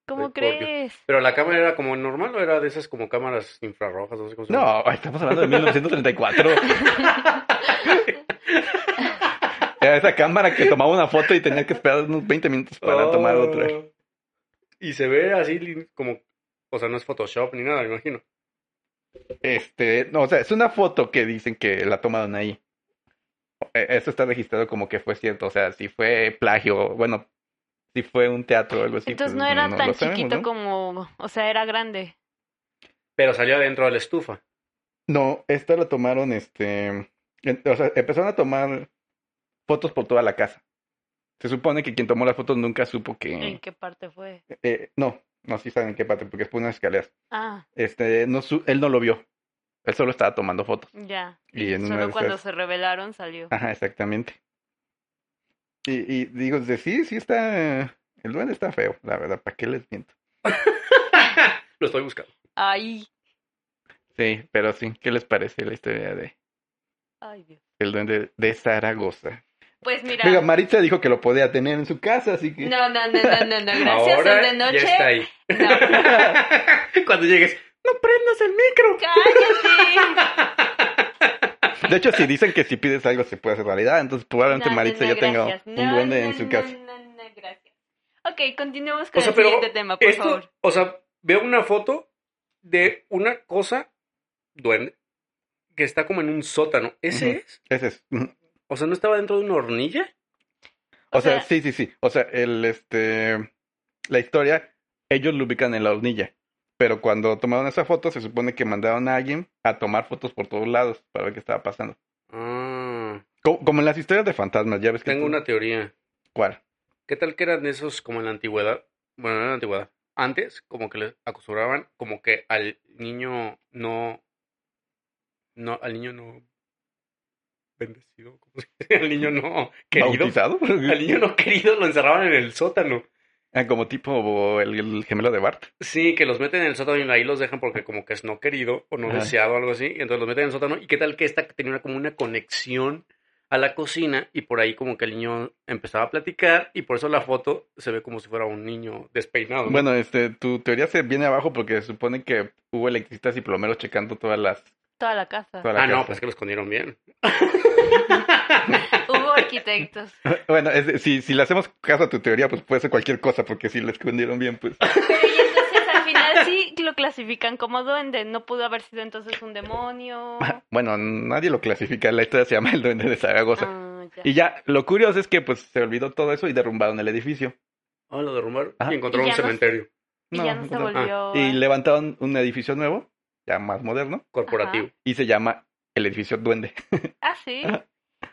Speaker 2: ¿Cómo
Speaker 3: Ay, por Dios.
Speaker 2: crees?
Speaker 3: Pero la cámara era como normal o era de esas como cámaras infrarrojas, no sé cómo se llama.
Speaker 1: No, estamos hablando de 1934. Era esa cámara que tomaba una foto y tenía que esperar unos 20 minutos para
Speaker 3: Oh.
Speaker 1: tomar otra.
Speaker 3: Y se ve así li- como, o sea, no es Photoshop ni nada, me imagino.
Speaker 1: Este, no, o sea, es una foto que dicen que la tomaron ahí. Eh, Eso está registrado como que fue cierto. O sea, si fue plagio, bueno, si fue un teatro o algo así.
Speaker 2: Entonces
Speaker 1: pues,
Speaker 2: no era
Speaker 1: lo
Speaker 2: tan
Speaker 1: sabemos,
Speaker 2: chiquito
Speaker 1: ¿no?
Speaker 2: como, o sea, era grande.
Speaker 3: Pero salió adentro de la estufa.
Speaker 1: No, esta la tomaron, este, en- o sea, empezaron a tomar fotos por toda la casa. Se supone que quien tomó las fotos nunca supo
Speaker 2: ¿En
Speaker 1: que,
Speaker 2: qué parte fue?
Speaker 1: eh, no, no sí saben en qué parte, porque es por unas escaleras.
Speaker 2: Ah,
Speaker 1: Este, no, su- él no lo vio. Él solo estaba tomando fotos.
Speaker 2: ya.
Speaker 1: Y en una
Speaker 2: Solo
Speaker 1: de
Speaker 2: cuando
Speaker 1: esas- Ah.
Speaker 2: se revelaron salió.
Speaker 1: Ajá, exactamente. Y, y digo, de sí, sí está, el duende está feo, la verdad, ¿para qué les miento?
Speaker 3: Lo estoy buscando.
Speaker 2: Ay,
Speaker 1: Sí, pero sí, ¿qué les parece la historia de
Speaker 2: ay Dios.
Speaker 1: el duende de Zaragoza?
Speaker 2: Pues mira,
Speaker 1: Oiga, Maritza dijo que lo podía tener en su casa, así que...
Speaker 2: no, no, no, no, no, no, gracias son
Speaker 3: Ahora
Speaker 2: de noche.
Speaker 3: ya está ahí.
Speaker 2: No,
Speaker 3: Cuando llegues, no prendas el micro.
Speaker 2: cállate.
Speaker 1: De hecho, si dicen que si pides algo se puede hacer realidad, entonces probablemente
Speaker 2: No, no,
Speaker 1: Maritza
Speaker 2: no,
Speaker 1: ya tenga
Speaker 2: gracias.
Speaker 1: un
Speaker 2: No,
Speaker 1: duende
Speaker 2: no,
Speaker 1: en su
Speaker 2: no,
Speaker 1: casa.
Speaker 2: no, no, gracias. Ok, continuemos con
Speaker 3: O sea,
Speaker 2: el
Speaker 3: pero
Speaker 2: siguiente tema, por
Speaker 3: Esto,
Speaker 2: favor.
Speaker 3: o sea, veo una foto de una cosa, duende, que está como en un sótano. ¿Ese
Speaker 1: Ujú.
Speaker 3: es?
Speaker 1: Ese es. ujú.
Speaker 3: O sea, ¿no estaba dentro de una hornilla?
Speaker 1: O,
Speaker 2: O
Speaker 1: sea,
Speaker 2: sea-
Speaker 1: sí, sí, sí. O sea, el este la historia, ellos lo ubican en la hornilla. Pero cuando tomaron esa foto, se supone que mandaron a alguien a tomar fotos por todos lados para ver qué estaba pasando.
Speaker 3: Ah,
Speaker 1: Co- Como, en las historias de fantasmas, ya ves que.
Speaker 3: tengo
Speaker 1: tú-
Speaker 3: una teoría.
Speaker 1: ¿Cuál?
Speaker 3: ¿Qué tal que eran esos como en la antigüedad? Bueno, no en la antigüedad. Antes, como que les acostumbraban como que al niño no. No, al niño no. Bendecido. [laughs] ¿cómo se dice? Al niño no querido. [laughs]
Speaker 1: ¿Bautizado?
Speaker 3: Al niño no querido lo encerraban en el sótano.
Speaker 1: Ah, Como tipo el, el gemelo de Bart.
Speaker 3: Sí, que los meten en el sótano y ahí los dejan porque como que es no querido o no
Speaker 1: Ajá.
Speaker 3: deseado o algo así. Y entonces los meten en el sótano. ¿Y qué tal que esta tenía una- como una conexión a la cocina? Y por ahí como que el niño empezaba a platicar y por eso la foto se ve como si fuera un niño despeinado. ¿no?
Speaker 1: Bueno, este, tu teoría se viene abajo porque se supone que hubo electricistas y plomeros checando todas las.
Speaker 2: Toda la casa.
Speaker 1: toda la
Speaker 3: Ah, no,
Speaker 1: casa.
Speaker 3: pues que lo escondieron bien.
Speaker 2: Hubo arquitectos.
Speaker 1: Bueno, es de- si, si le hacemos caso a tu teoría, pues puede ser cualquier cosa, porque si le escondieron bien, pues.
Speaker 2: Pero [laughs] y entonces al final sí lo clasifican como duende. No pudo haber sido entonces un demonio.
Speaker 1: Bueno, nadie lo clasifica, la historia se llama El Duende de Zaragoza.
Speaker 2: Ah, ya.
Speaker 1: Y ya, lo curioso es que pues se olvidó todo eso y derrumbaron el edificio.
Speaker 2: Oh,
Speaker 3: Ah, lo derrumbaron
Speaker 1: Ajá.
Speaker 3: y encontraron
Speaker 2: Y
Speaker 3: un
Speaker 2: ya no-
Speaker 3: cementerio
Speaker 2: Y ya no se volvió.
Speaker 1: Ah, Y levantaron un edificio nuevo, ya más moderno,
Speaker 3: corporativo.
Speaker 1: y se llama el edificio Duende.
Speaker 2: Ah, sí.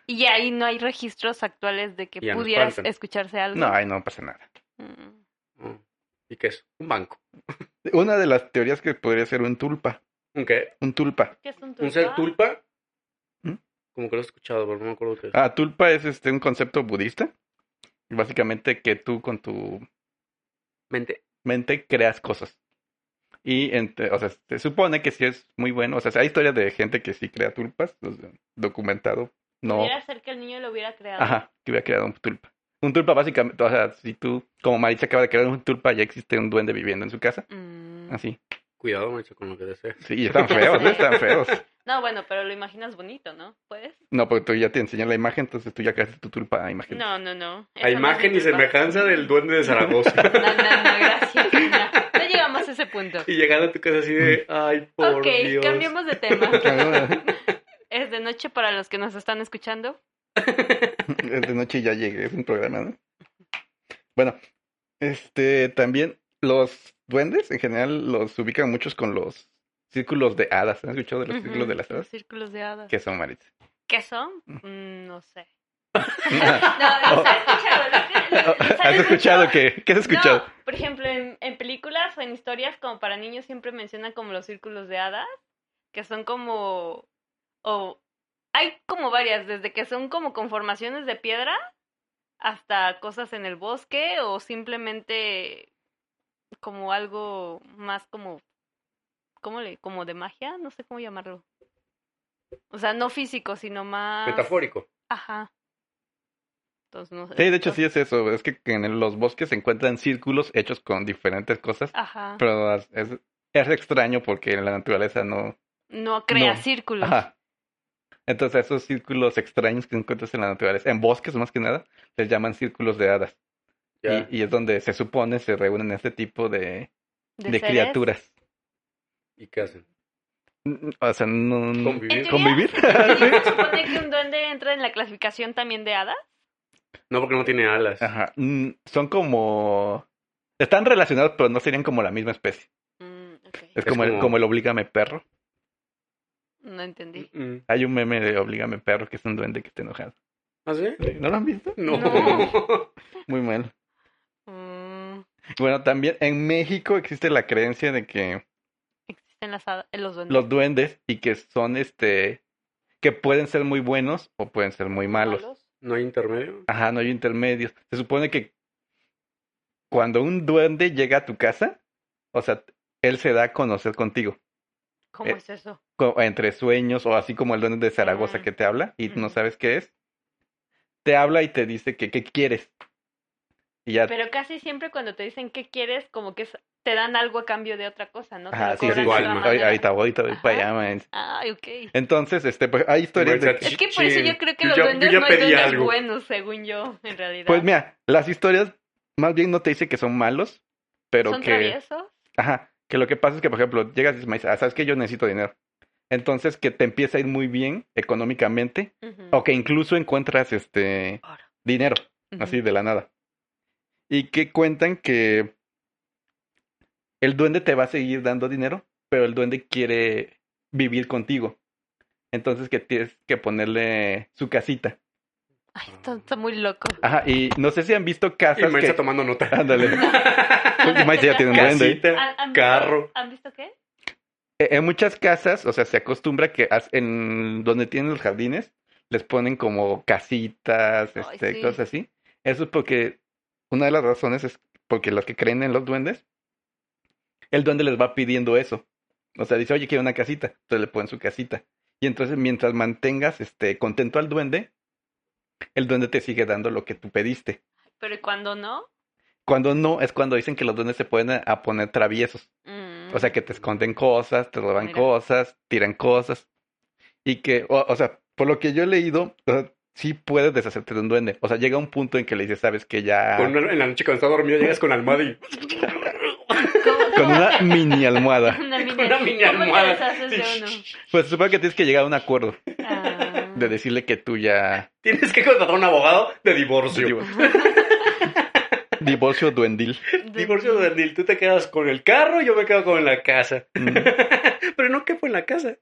Speaker 2: Y ahí no hay registros actuales de que
Speaker 3: Ya nos
Speaker 2: pudieras
Speaker 3: faltan.
Speaker 2: escucharse algo.
Speaker 1: No, ay, no pasa nada.
Speaker 2: Mm.
Speaker 3: Ah, ¿Y qué es? Un banco.
Speaker 1: Una de las teorías que podría ser un tulpa,
Speaker 3: ¿Un qué?
Speaker 1: un tulpa.
Speaker 2: ¿Qué es un
Speaker 3: ¿Un ser
Speaker 2: tulpa?
Speaker 3: tulpa?
Speaker 1: ¿Mm?
Speaker 3: Como que lo he escuchado, pero no me acuerdo qué es.
Speaker 1: Ah, tulpa es este un concepto budista, básicamente que tú con tu
Speaker 3: Mente.
Speaker 1: mente creas cosas. Y, entre, o sea, se supone que sí es muy bueno. O sea, hay historias de gente que sí crea tulpas, o sea, documentado. No,
Speaker 2: Pudiera ser que el niño lo hubiera creado.
Speaker 1: ajá, que hubiera creado un tulpa. Un tulpa básicamente, o sea, si tú, como Maritza acaba de crear un tulpa, ya existe un duende viviendo en su casa.
Speaker 2: Mm.
Speaker 1: Así.
Speaker 3: Cuidado, macho, con lo que deseas.
Speaker 1: Sí, y están feos, ¿no? Están feos.
Speaker 2: No, bueno, pero lo imaginas bonito, ¿no? Pues.
Speaker 1: No, porque tú ya te enseñan la imagen, entonces tú ya creaste tu tulpa a imagen.
Speaker 2: No, no, no.
Speaker 3: A
Speaker 2: Eso no es
Speaker 3: imagen
Speaker 2: un
Speaker 3: y
Speaker 2: tulpa.
Speaker 3: semejanza del duende de Zaragoza.
Speaker 2: No, no, no, gracias. No, No llegamos a ese punto.
Speaker 3: y llegar a tu casa así de, ay, por
Speaker 2: Ok,
Speaker 3: Dios.
Speaker 2: cambiemos de tema.
Speaker 1: [laughs] Es
Speaker 2: Es de noche para los que nos están escuchando.
Speaker 1: [laughs] de noche y ya llegué, es un programa, ¿no? Bueno, este, también los duendes, en general, los ubican muchos con los círculos de hadas. ¿Has escuchado de los círculos
Speaker 2: Ujú,
Speaker 1: de las hadas?
Speaker 2: Los círculos de hadas.
Speaker 1: ¿Qué son, Maritza? [laughs]
Speaker 2: ¿Qué son? Mm, no sé. No, [laughs] no, se ha escuchado. lo que- lo- ¿se
Speaker 1: [laughs] ¿Has escuchado que ¿Qué has escuchado?
Speaker 2: No, por ejemplo, en, en películas o en historias como para niños siempre mencionan como los círculos de hadas, que son como... o hay como varias, desde que son como conformaciones de piedra hasta cosas en el bosque o simplemente como algo más como... ¿Cómo le? Como de magia, no sé cómo llamarlo. O sea, no físico, sino más...
Speaker 3: Metafórico.
Speaker 2: Ajá. Entonces, no sé.
Speaker 1: Sí, de hecho sí es eso. Es que en los bosques se encuentran círculos hechos con diferentes cosas,
Speaker 2: Ajá.
Speaker 1: pero es, es extraño porque en la naturaleza no...
Speaker 2: No crea
Speaker 1: No.
Speaker 2: círculos.
Speaker 1: Ajá. Entonces esos círculos extraños que encuentras en la naturaleza, en bosques más que nada, les llaman círculos de hadas.
Speaker 3: Ya.
Speaker 1: Y, y es donde se supone se reúnen este tipo de,
Speaker 2: de
Speaker 1: de
Speaker 2: seres.
Speaker 1: criaturas.
Speaker 3: ¿Y qué hacen?
Speaker 1: Mm, O sea, no... no-
Speaker 3: Convivir.
Speaker 2: En
Speaker 1: [laughs]
Speaker 2: teoría,
Speaker 1: ¿Convivir?
Speaker 2: ¿En teoría se supone que un duende entra en la clasificación también de hadas?
Speaker 3: No, porque no tiene alas.
Speaker 1: Ajá. Mm, Son como... Están relacionados, pero no serían como la misma especie.
Speaker 2: Mm, ok.
Speaker 1: Es,
Speaker 3: Es
Speaker 1: como, el,
Speaker 3: como-
Speaker 1: como el Oblígame Perro.
Speaker 2: No entendí.
Speaker 3: Mm, mm.
Speaker 1: Hay un meme de Oblígame Perro que es un duende que está enojado.
Speaker 3: ¿Ah, sí?
Speaker 1: ¿No lo han visto?
Speaker 3: No.
Speaker 2: No.
Speaker 1: Muy mal.
Speaker 2: Mm,
Speaker 1: Bueno, también en México existe la creencia de que
Speaker 2: existen las hadas, eh, los duendes.
Speaker 1: los duendes y que son este... que pueden ser muy buenos o pueden ser muy malos.
Speaker 3: [laughs] ¿No hay intermedio?
Speaker 1: Ajá, no hay intermedios. Se supone que cuando un duende llega a tu casa, o sea, él se da a conocer contigo,
Speaker 2: ¿Cómo
Speaker 1: Eh,
Speaker 2: es eso?
Speaker 1: co- entre sueños o así como el duende de Zaragoza
Speaker 2: Mm.
Speaker 1: que te habla y no
Speaker 2: Ujú.
Speaker 1: sabes qué es. Te habla y te dice que qué quieres. Y ya,
Speaker 2: Pero casi siempre cuando te dicen qué quieres, como que es- te dan algo a cambio de otra cosa, ¿no? Te
Speaker 1: ajá,
Speaker 2: lo
Speaker 1: sí, sí,
Speaker 2: cobran de
Speaker 1: sí,
Speaker 3: igual,
Speaker 2: otra
Speaker 3: ¿no?
Speaker 1: ahorita-
Speaker 2: manera.
Speaker 1: ahorita voy, ahorita voy
Speaker 2: Ajá.
Speaker 1: para allá, man.
Speaker 2: Ay, ok.
Speaker 1: Entonces, este, pues hay historias de
Speaker 3: Ahorita-
Speaker 2: Es que por eso
Speaker 3: Chin,
Speaker 2: yo creo que
Speaker 3: yo
Speaker 2: los
Speaker 3: ya- yo
Speaker 2: duendes
Speaker 3: ya
Speaker 2: no hay
Speaker 3: pedí
Speaker 2: duendes
Speaker 3: algo.
Speaker 2: buenos, según yo, en realidad.
Speaker 1: Pues mira, las historias más bien no te dice que son malos, pero
Speaker 2: ¿Son
Speaker 1: que
Speaker 2: traviesos?
Speaker 1: Ajá, que lo que pasa es que, por ejemplo, llegas y dices, "Maíz, ah, sabes que yo necesito dinero. Entonces, que te empieza a ir muy bien económicamente,
Speaker 2: Ujú,
Speaker 1: o que incluso encuentras este
Speaker 2: Oro.
Speaker 1: dinero,
Speaker 2: ujú.
Speaker 1: así de la nada. Y que cuentan que el duende te va a seguir dando dinero, pero el duende quiere vivir contigo. Entonces, que tienes que ponerle su casita.
Speaker 2: Ay, está, está muy loco.
Speaker 1: Ajá, y no sé si han visto
Speaker 3: Y
Speaker 1: casas
Speaker 3: Maritza
Speaker 1: que.
Speaker 3: tomando nota.
Speaker 1: Ah,
Speaker 3: [laughs]
Speaker 1: Ándale. Maíz ya tiene un duende. ¿eh?
Speaker 3: Casita,
Speaker 2: ¿Han- han visto-
Speaker 3: carro.
Speaker 2: ¿Han visto qué?
Speaker 1: Eh, En muchas casas, o sea, se acostumbra que haz- en donde tienen los jardines les ponen como casitas,
Speaker 2: Ay,
Speaker 1: este,
Speaker 2: sí.
Speaker 1: cosas así. Eso es porque una de las razones es porque los que creen en los duendes, el duende les va pidiendo eso. O sea, dice, oye, quiero una casita. Entonces le ponen su casita. Y entonces, mientras mantengas este contento al duende, el duende te sigue dando lo que tú pediste.
Speaker 2: Pero cuando no.
Speaker 1: Cuando no, es cuando dicen que los duendes se pueden eh, a poner traviesos.
Speaker 2: Mm.
Speaker 1: O sea, que te esconden cosas, te roban
Speaker 2: Mira.
Speaker 1: cosas, tiran cosas. Y que, o, o sea, por lo que yo he leído, o sea, sí puedes deshacerte de un duende. O sea, llega un punto en que le dices, sabes que
Speaker 2: Ah.
Speaker 1: ya.
Speaker 3: Con una- en la noche cuando está dormido llegas con la almohada y
Speaker 1: [laughs] Con
Speaker 2: [laughs]
Speaker 1: una mini almohada.
Speaker 2: Una mini,
Speaker 3: una mini
Speaker 2: ¿Cómo te
Speaker 3: almohada.
Speaker 2: deshaces de
Speaker 3: Sí.
Speaker 2: uno?
Speaker 1: Pues supongo que tienes que llegar a un acuerdo
Speaker 2: Ah.
Speaker 1: de decirle que tú ya.
Speaker 3: tienes que contratar a un abogado de divorcio.
Speaker 1: [laughs] Divorcio duendil.
Speaker 3: Divorcio de tú te quedas con el carro y yo me quedo con la casa.
Speaker 1: Mm.
Speaker 3: Pero no quepo en
Speaker 2: [laughs]
Speaker 3: la casa.